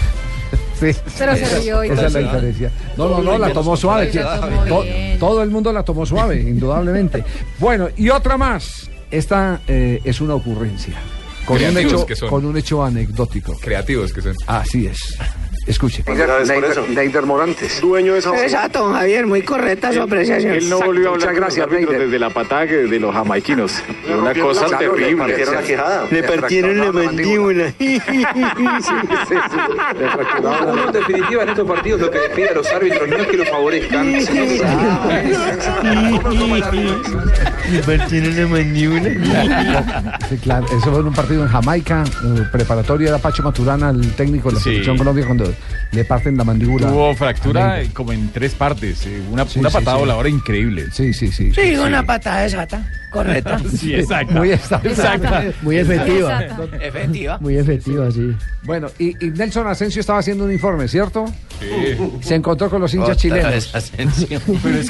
Sí.
Pero se rió y
Esa es la
todo.
diferencia. No, no, no, la tomó suave. que-
La tomó
to- todo el mundo la tomó suave, indudablemente. Bueno, y otra más. Esta eh, es una ocurrencia. Con un,
Creativos
hecho,
que son.
con un hecho anecdótico.
Creativos que son.
Así es. Escuche.
Neider Morantes. Dueño de esa
Exacto, don Javier, muy correcta
Él- Él no volvió a hablar con los árbitros desde la patada que- de los jamaiquinos. Una rompieron cosa la- terrible. le partieron la quejada. Le partieron la mandíbula.
Ah, En definitiva, en estos partidos lo que les pide a los árbitros no es que los favorezcan, sino que
Sí, claro, eso fue en un partido en Jamaica, eh, preparatoria de Pacho Maturana, el técnico de la
Sí.
selección Colombia, cuando le parten la mandíbula.
Hubo fractura
América.
eh, como en tres partes. eh, Una,
Sí,
una
sí,
patada
sí.
voladora increíble.
Sí, sí, sí.
Sí,
una patada desata. Correcta.
Sí, exacto.
Muy exacta.
Exacta.
Muy efectiva.
Efectiva.
Muy efectiva, sí.
Bueno, y, y Nelson Asensio estaba haciendo un informe, ¿cierto?
Sí.
Se encontró con los hinchas
Otra
chilenos.
vez Asensio.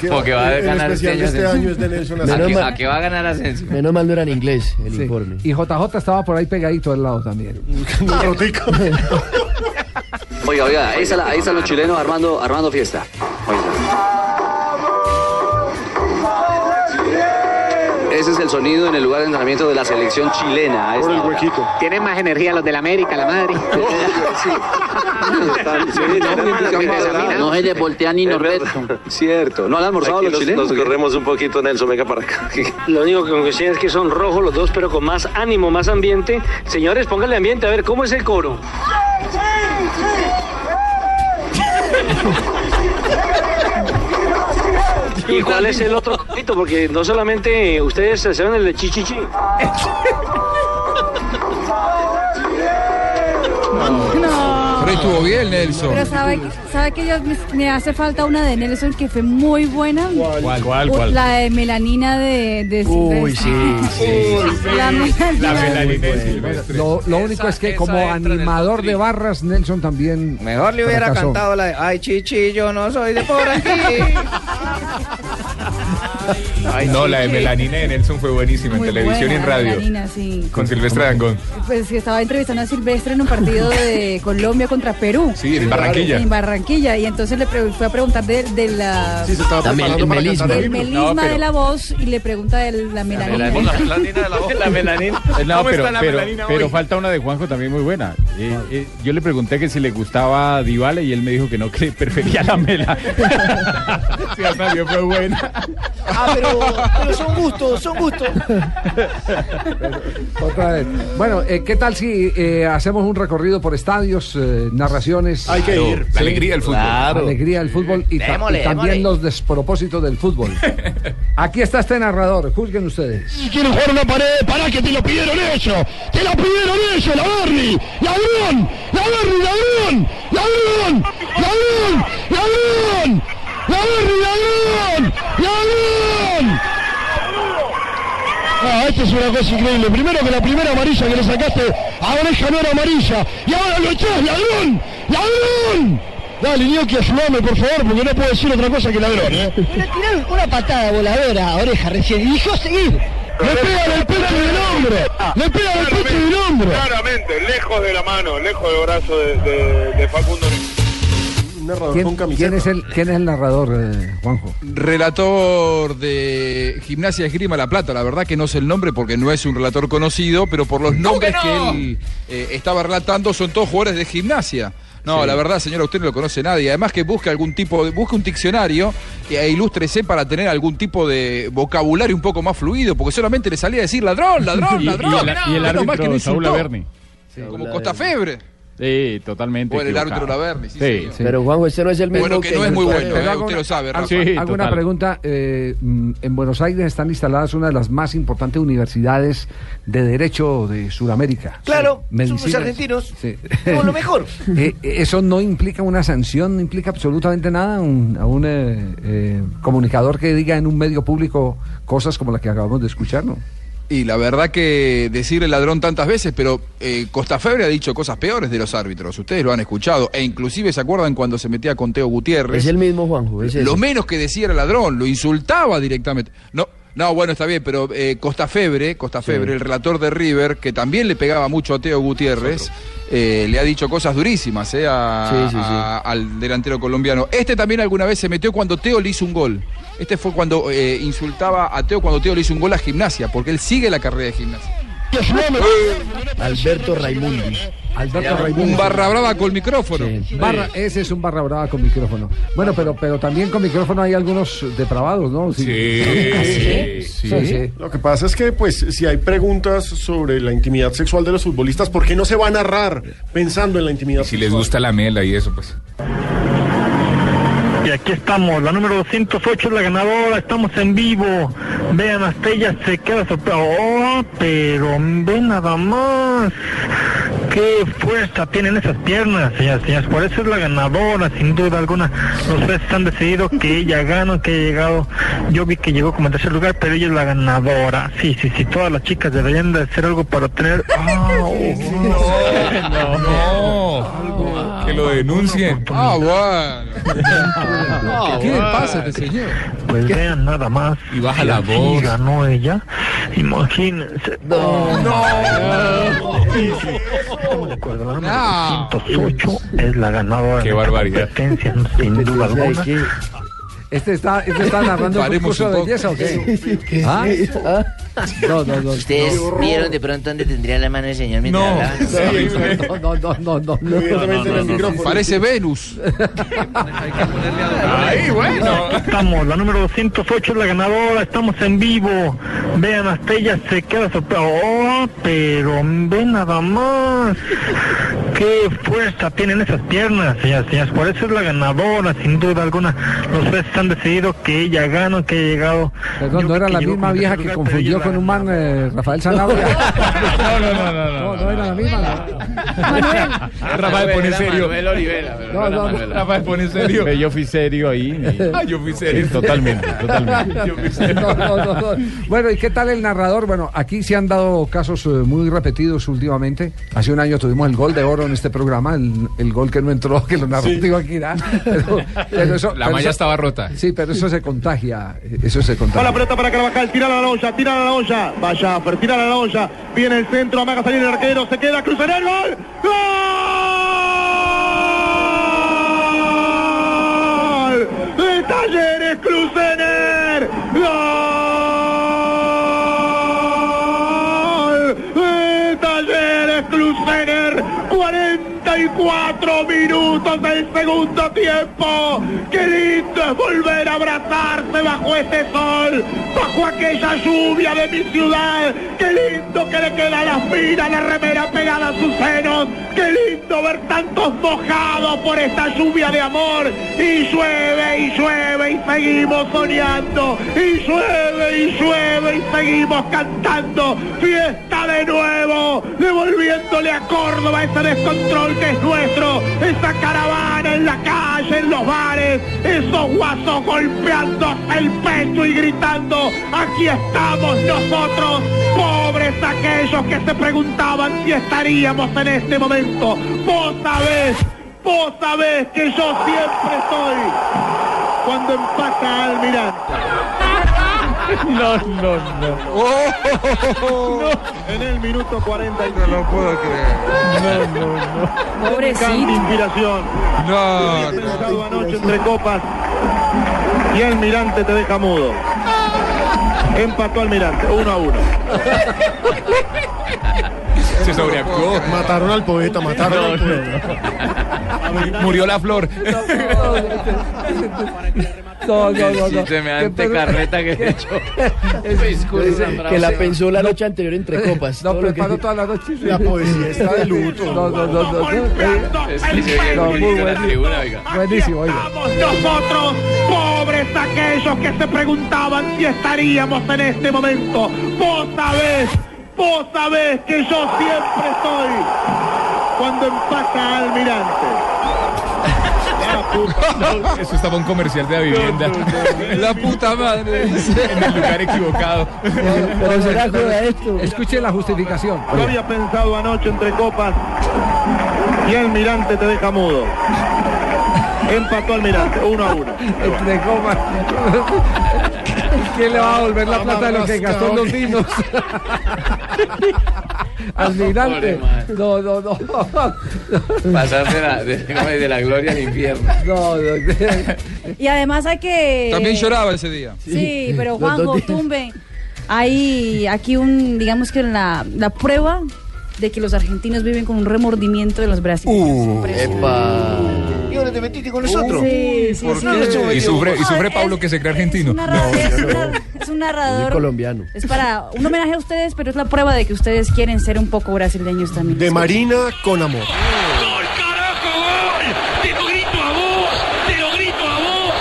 Porque va a
el
ganar
especial de
este
este
año
año es de Nelson
¿A
Asensio.
qué-
Menos
¿A qué va a ganar Asensio?
Menos mal no era en inglés el
Sí.
informe.
Y JJ estaba por ahí pegadito al lado
[laughs]
también.
Oiga, oiga, ahí están, ahí están los chilenos armando, armando fiesta. Oiga.
Ese es el sonido en el lugar de entrenamiento de la selección chilena. Por el huequito.
[laughs]
Tienen más energía los de la América, la madre.
No se les voltea ni nos Cierto. ¿No han almorzado los chilenos?
Nos corremos un poquito, Nelson, venga para acá.
Lo único que coincide es que son rojos los dos, pero con más ánimo, más ambiente. Señores, pónganle ambiente, a ver, ¿cómo es el coro? ¿Y cuál es el otro corito? Porque no solamente ustedes se saben el de chichichi.
Pero estuvo bien, Nelson.
Pero sabe, sabe que yo- me, me hace falta una de Nelson que fue muy buena.
¿Cuál, cuál, cuál?
La de melanina de, de
Uy,
Silvestre.
sí, sí.
[laughs] La melanina.
Lo, lo único es que como animador de barras, Nelson también.
Mejor le hubiera
fracasó.
cantado la de Ay, chichi, yo no soy de por aquí.
no, la de
sí.
Melanina de Nelson fue buenísima en
Muy
televisión y en
buena, la
radio.
melanina, sí.
Con Silvestre Dangón.
Pues que estaba entrevistando a Silvestre en un
[laughs]
partido de Colombia contra Perú.
Sí, en Barranquilla.
En Barranquilla. Y entonces le pre- fue a preguntar de, de la.
Sí, se estaba También, preparando el para melisma. cantar el
Del
himno.
melisma
No, pero-
de la voz y le pregunta de la melanina.
La melanina. No,
¿Cómo
pero,
está la
pero-
melanina hoy?
pero falta una de Juanjo también muy buena. Eh, eh, yo le pregunté que si le gustaba Dybala y él me dijo que no, que [laughs] prefería la mela. Sí, también fue buena.
Ah, pero, pero son gustos, son gustos.
Otra vez. Bueno, eh, ¿qué tal si eh, hacemos un recorrido por estadios, eh, narraciones?
Hay que Claro, ir. la alegría del fútbol. Claro.
La alegría del fútbol y, ta- y
Démosle,
también
démosle.
los despropósitos
[laughs]
del fútbol. Aquí está este narrador, juzguen ustedes.
Si quieren jugar una pared, para que te lo pidieron ellos. Te lo pidieron ellos, la Berry. Ladrón, la Berry, ladrón, ladrón, ladrón, ladrón. La Berry, ladrón, ladrón. Ah, esto es una cosa increíble. Primero que la primera amarilla que le sacaste a Oreja no era amarilla. Y ahora lo echás, ladrón, ladrón. Dale, Gnocchi, ayúdame, por favor, porque no puedo decir otra cosa que ladrón, ¿eh?
Le tiraron una patada voladora a oreja recién y dijo seguir.
Le pegan el pecho del hombre. Le pegan el pecho del hombre.
Claramente, lejos de la mano, lejos del brazo de, de- de Facundo.
¿Quién, quién es, el, quién es el narrador, eh, Juanjo?
Relator de Gimnasia Esgrima La Plata, la verdad que no sé el nombre porque no es un relator conocido, pero por los nombres que, él eh, estaba relatando son todos jugadores de gimnasia. No,
Sí.
la verdad, señora, usted no lo conoce nadie. Además que busque algún tipo de, busque un diccionario e ilústrese para tener algún tipo de vocabulario un poco más fluido, porque solamente le salía a
[laughs]
decir ladrón, ladrón,
Y- y
ladrón.
el- y el
Menos mal que
árbitro
no
Saúl
insultó.
Averni.
Como Costa Febre.
Sí, totalmente.
Bueno, el
equivocado.
árbitro Laverni, sí, señor.
Pero Juanjo, ese no es el mismo
Bueno, que no es muy bueno,
Pero
eh,
hago
usted
una-
lo
Ah,
sabe,
Ah,
hago-
Rafa.
hago
Hago una pregunta. eh, mm, en Buenos Aires están instaladas una de las más importantes universidades de derecho de Sudamérica.
Claro, somos
Medicina.
argentinos.
Sí.
Somos
[laughs]
lo mejor.
Eh, ¿Eso no implica una sanción, no implica absolutamente nada a un, a un, eh, eh, comunicador que diga en un medio público cosas como las que acabamos de escuchar? ¿no?
Y la verdad que decirle ladrón tantas veces, pero eh, Costa Febre ha dicho cosas peores de los árbitros. Ustedes lo han escuchado. E inclusive se acuerdan cuando se metía con Teo Gutiérrez.
Es el mismo Juanjo. es ese.
Lo menos que decía era ladrón, lo insultaba directamente. No, no, bueno, está bien, pero eh, Costa Febre, Costa Febre, el relator de River, que también le pegaba mucho a Teo Gutiérrez, eh, le ha dicho cosas durísimas eh, a-
Sí, sí, sí.
a- al delantero colombiano. Este también alguna vez se metió cuando Teo le hizo un gol. Este fue cuando eh, insultaba a Teo cuando Teo le hizo un gol a gimnasia, porque él sigue la carrera de gimnasia.
Alberto Raimundi.
Alberto Raimundi.
Un barra brava con micrófono.
Barra, ese es un barra brava con micrófono. Bueno, pero, pero también con micrófono hay algunos depravados, ¿no? Sí. ¿Ah,
Sí. Lo que pasa es que, pues, si hay preguntas sobre la intimidad sexual de los futbolistas, ¿por qué no se va a narrar pensando en la intimidad
Si les gusta la mela y eso, pues.
Y aquí estamos, la número 208 es la ganadora, estamos en vivo. Vean, hasta ella se queda sorprendida. ¡Oh, pero ve nada más! ¡Qué fuerza tienen esas piernas, señoras y señores! Por eso es la ganadora, sin duda alguna. Los jueces han decidido que ella gana, que ha llegado. Yo vi que llegó como en tercer lugar, pero ella es la ganadora. Sí, sí, sí, todas las chicas deberían de hacer algo para tener... ¡Ah, oh,
No, que lo denuncien.
Ah, bueno.
¿Qué le pasa
a este señor?
Ah, Pues vean nada más. Y
baja la voz.
ganó ella. Imagínense. No, no. Recordarán, 208 es la ganadora.
Qué
de esta
barbaridad.
competencia, sin duda alguna.
Este está, este
[laughs]
está narrando un
Paremos
curso
un
de
poco.
belleza, ¿o qué?
Sí, ¿qué es
¿Ah?
esto?
No,
[laughs]
no, no.
¿Ustedes
no.
vieron de pronto dónde tendría la mano el señor mientras
No.
hablaba?
No, no, no, no, no.
Parece
[laughs]
Venus.
Ahí, bueno. Estamos, la número 208 es la ganadora, estamos en vivo. Vean, hasta ella se queda sorprendida. Oh, pero ve nada más. Qué fuerza tienen esas piernas, señoras y señores. Por eso es la ganadora, sin duda alguna. Los jueces han decidido que ella gana, que ha llegado.
Perdón, no era la misma vieja que confundió con un man, eh, Rafael Sanabria.
No, no, no, no.
No, no era la misma.
[laughs]
Manuel. Rafael, pone serio.
Manuel Olivera, pero no,
No,
era
no,
Manuel.
Rafael, pone serio. Ve, Yo fui serio ahí. [laughs]
Ah,
yo fui serio. Totalmente, totalmente.
No, no, [laughs] no, no. Bueno, ¿y qué tal el narrador? Bueno, aquí se han dado casos eh, muy repetidos últimamente. Hace un año tuvimos el gol de oro en este programa, el, el gol que no entró, que lo narró
Sí.
[laughs]
Diego Aquirá. Pero, pero eso-
La
pero
malla
eso-
estaba rota.
Sí, pero eso se contagia, eh, eso se
[laughs]
contagia.
Va la pelota para Carvajal, tira a la olla, tira a la olla, vaya, pero tira a la olla, viene el centro, amaga salir el arquero, se queda, cruza en el gol, gol de Talleres Crucener, gol de Talleres Crucener, 44 minutos del segundo tiempo, qué lindo es volver a abrazarse bajo este sol, bajo aquella lluvia de mi ciudad, qué lindo que le queda la fina, la remera pegada a sus senos, qué lindo ver tantos mojados por esta lluvia de amor, y llueve y llueve y seguimos soñando, y llueve y llueve y seguimos cantando, fiesta de nuevo, devolviéndole a Córdoba ese descontrol que es nuestro, esa caravana en la calle, en los bares, esos guasos golpeando el pecho y gritando, aquí estamos nosotros, pobres aquellos que se preguntaban si estaríamos en este momento, vos sabés, vos sabés que yo siempre estoy cuando empata Almirante.
No, no, no.
En el minuto 43. No, puedo creer. No, no, no.
Pobrecito.
Cambio de inspiración.
No.
Pensado anoche entre copas. Y Almirante te deja mudo. Empató Almirante, uno a uno.
Se sobreactuó.
Mataron al poeta, mataron al poeta.
Murió la flor.
No, no, no, no.
Semejante carreta que he hecho.
Que la pensó la noche anterior entre copas.
No,
Todo lo que-
preparó toda la noche.
La poesía está de luto.
No, no, no, no. no.
Es que se ve
No,
bonito
muy
en la
bueno.
tribuna, oiga.
Buenísimo, oiga.
Nosotros, pobres aquellos que se preguntaban si estaríamos en este momento. Vos sabés, vos sabés que yo siempre estoy cuando empata Almirante.
Eso estaba un comercial de la vivienda.
La puta
[laughs]
madre.
En el lugar equivocado.
Pero será juega esto. Escuche la justificación.
Lo había pensado anoche entre copas y Almirante te deja mudo. Empató Almirante, uno a uno.
Entre comas. ¿Quién le va a devolver la plata de lo que gastó en los vinos? Almirante. No, no, no.
[laughs] Pasar de la, de, ¿cómo es? de la gloria al infierno.
No, no.
Y además hay
Eh,
que...
También lloraba ese día.
Sí, pero
Los dos
Juanjo,
días.
tumbe. Hay aquí un, digamos que la, la prueba de que los argentinos viven con un remordimiento de los brasileños.
Uh,
Impresionante.
Y ahora te metiste con
nosotros. Sí, sí, sí.
Y sufre,
ah,
y sufre Pablo que se cree argentino.
Es un narrador.
colombiano.
Es para un homenaje a ustedes, pero es la prueba de que ustedes quieren ser un poco brasileños también.
De
Escuchen.
Marina con amor.
Te lo grito a vos, te lo grito a vos,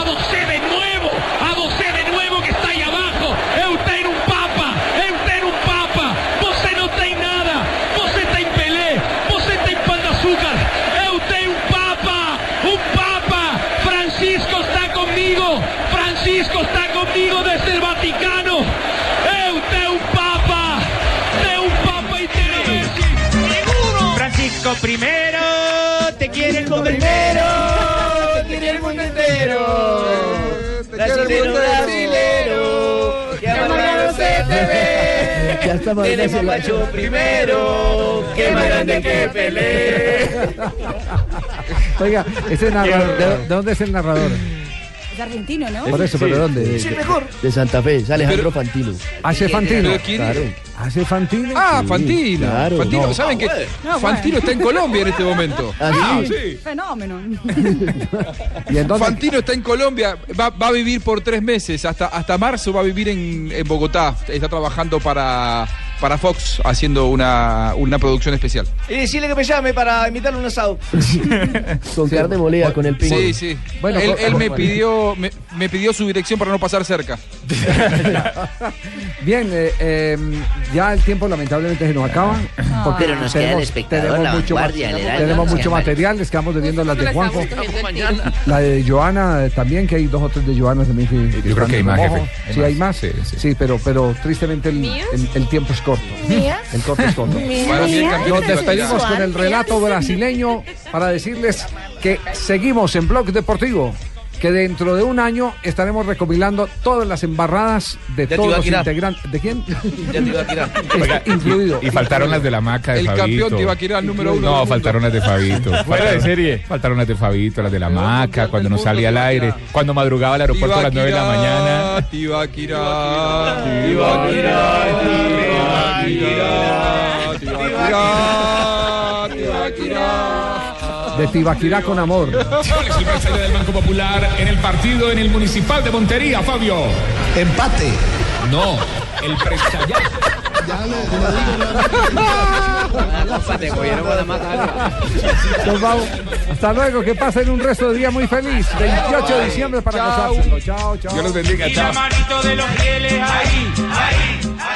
a você de nuevo, a você de nuevo que está ahí abajo. Eu tenho un papa, eu tenho un papa, você não tem nada, você tem Pelé, você tem Pão de Açúcar, eu tenho un papa, un papa, Francisco está conmigo, Francisco está conmigo desde el Vaticano, eu tenho un papa, tenho un papa y tenho Messi, seguro.
Francisco primero, te quiere el mundo primero, te quiere el mundo entero. Brasilero, brasilero, que amargado se te ve.
Ya está mal.
Tenemos a Pacho primero, que más grande que Pelé.
[laughs]
Oiga, ese narrador, ¿de, de dónde es el narrador?
Es es argentino, ¿no?
Por eso, ¿pero
Sí.
dónde?
Es el mejor.
De Santa Fe, es Alejandro Fantino.
¿Hace Fantino?
Claro.
¿Hace Fantino?
Ah,
Sí,
Fantino.
claro,
Fantino,
no.
¿saben
Ah,
qué?
bueno.
No, Fantino está en Colombia en este momento.
Ah, [laughs] Fenómeno.
Fantino está en Colombia, va, va a vivir por tres meses, hasta, hasta marzo va a vivir en, en Bogotá. Está trabajando para, para Fox haciendo una, una producción especial.
Y decirle que me llame para invitarle un asado.
Con carne molida, con el pingo.
Sí, sí.
Bueno,
él
por-
él me,
por-
pidió, me, me pidió su dirección para no pasar cerca.
Bien, eh, eh, ya el tiempo lamentablemente se nos acaba.
Ah.
porque
Pero nos queda el espectador, la vanguardia,
ma-
el heraldo,
tenemos
nos
mucho
queda mal.
material, les quedamos debiendo las de Juanjo.
mañana.
La de Joana eh, también, que hay dos o tres de Joana también. que- que
creo
están
que hay
en
más,
remojo.
jefe. Hay
Sí,
más.
hay más. Sí, pero, pero tristemente el, el- el tiempo es corto.
¿Mías?
El corto es corto.
¿Mías? Bueno, sí, el campeón
Nos
de la
despedimos
ciudad.
con el relato brasileño para decirles que seguimos en Blog Deportivo. Que dentro de un año estaremos recopilando todas las embarradas de
De
todos los
Tibaquirá.
integrantes. ¿De quién?
Oiga, y-
incluido.
Y, faltaron las de la maca de
El
Fabito.
campeón te iba a quitar el número uno del
No,
mundo.
faltaron las de Fabito.
Fuera de
serie. Faltaron las de Fabito, las de la maca, cuando no salía al aire, cuando madrugaba al aeropuerto a las 9 de la mañana.
De Tibaquirá con amor.
¿Cuál es el presidente del Banco Popular en el partido en el municipal de Montería, Fabio? Empate. No, el presallado.
Nos vamos. Hasta luego, que pasen un resto de día muy feliz. 28 de diciembre para
Chao.
casárselo. Chao, chao. [laughs]
Y la manito de los fieles ahí, ahí, ahí.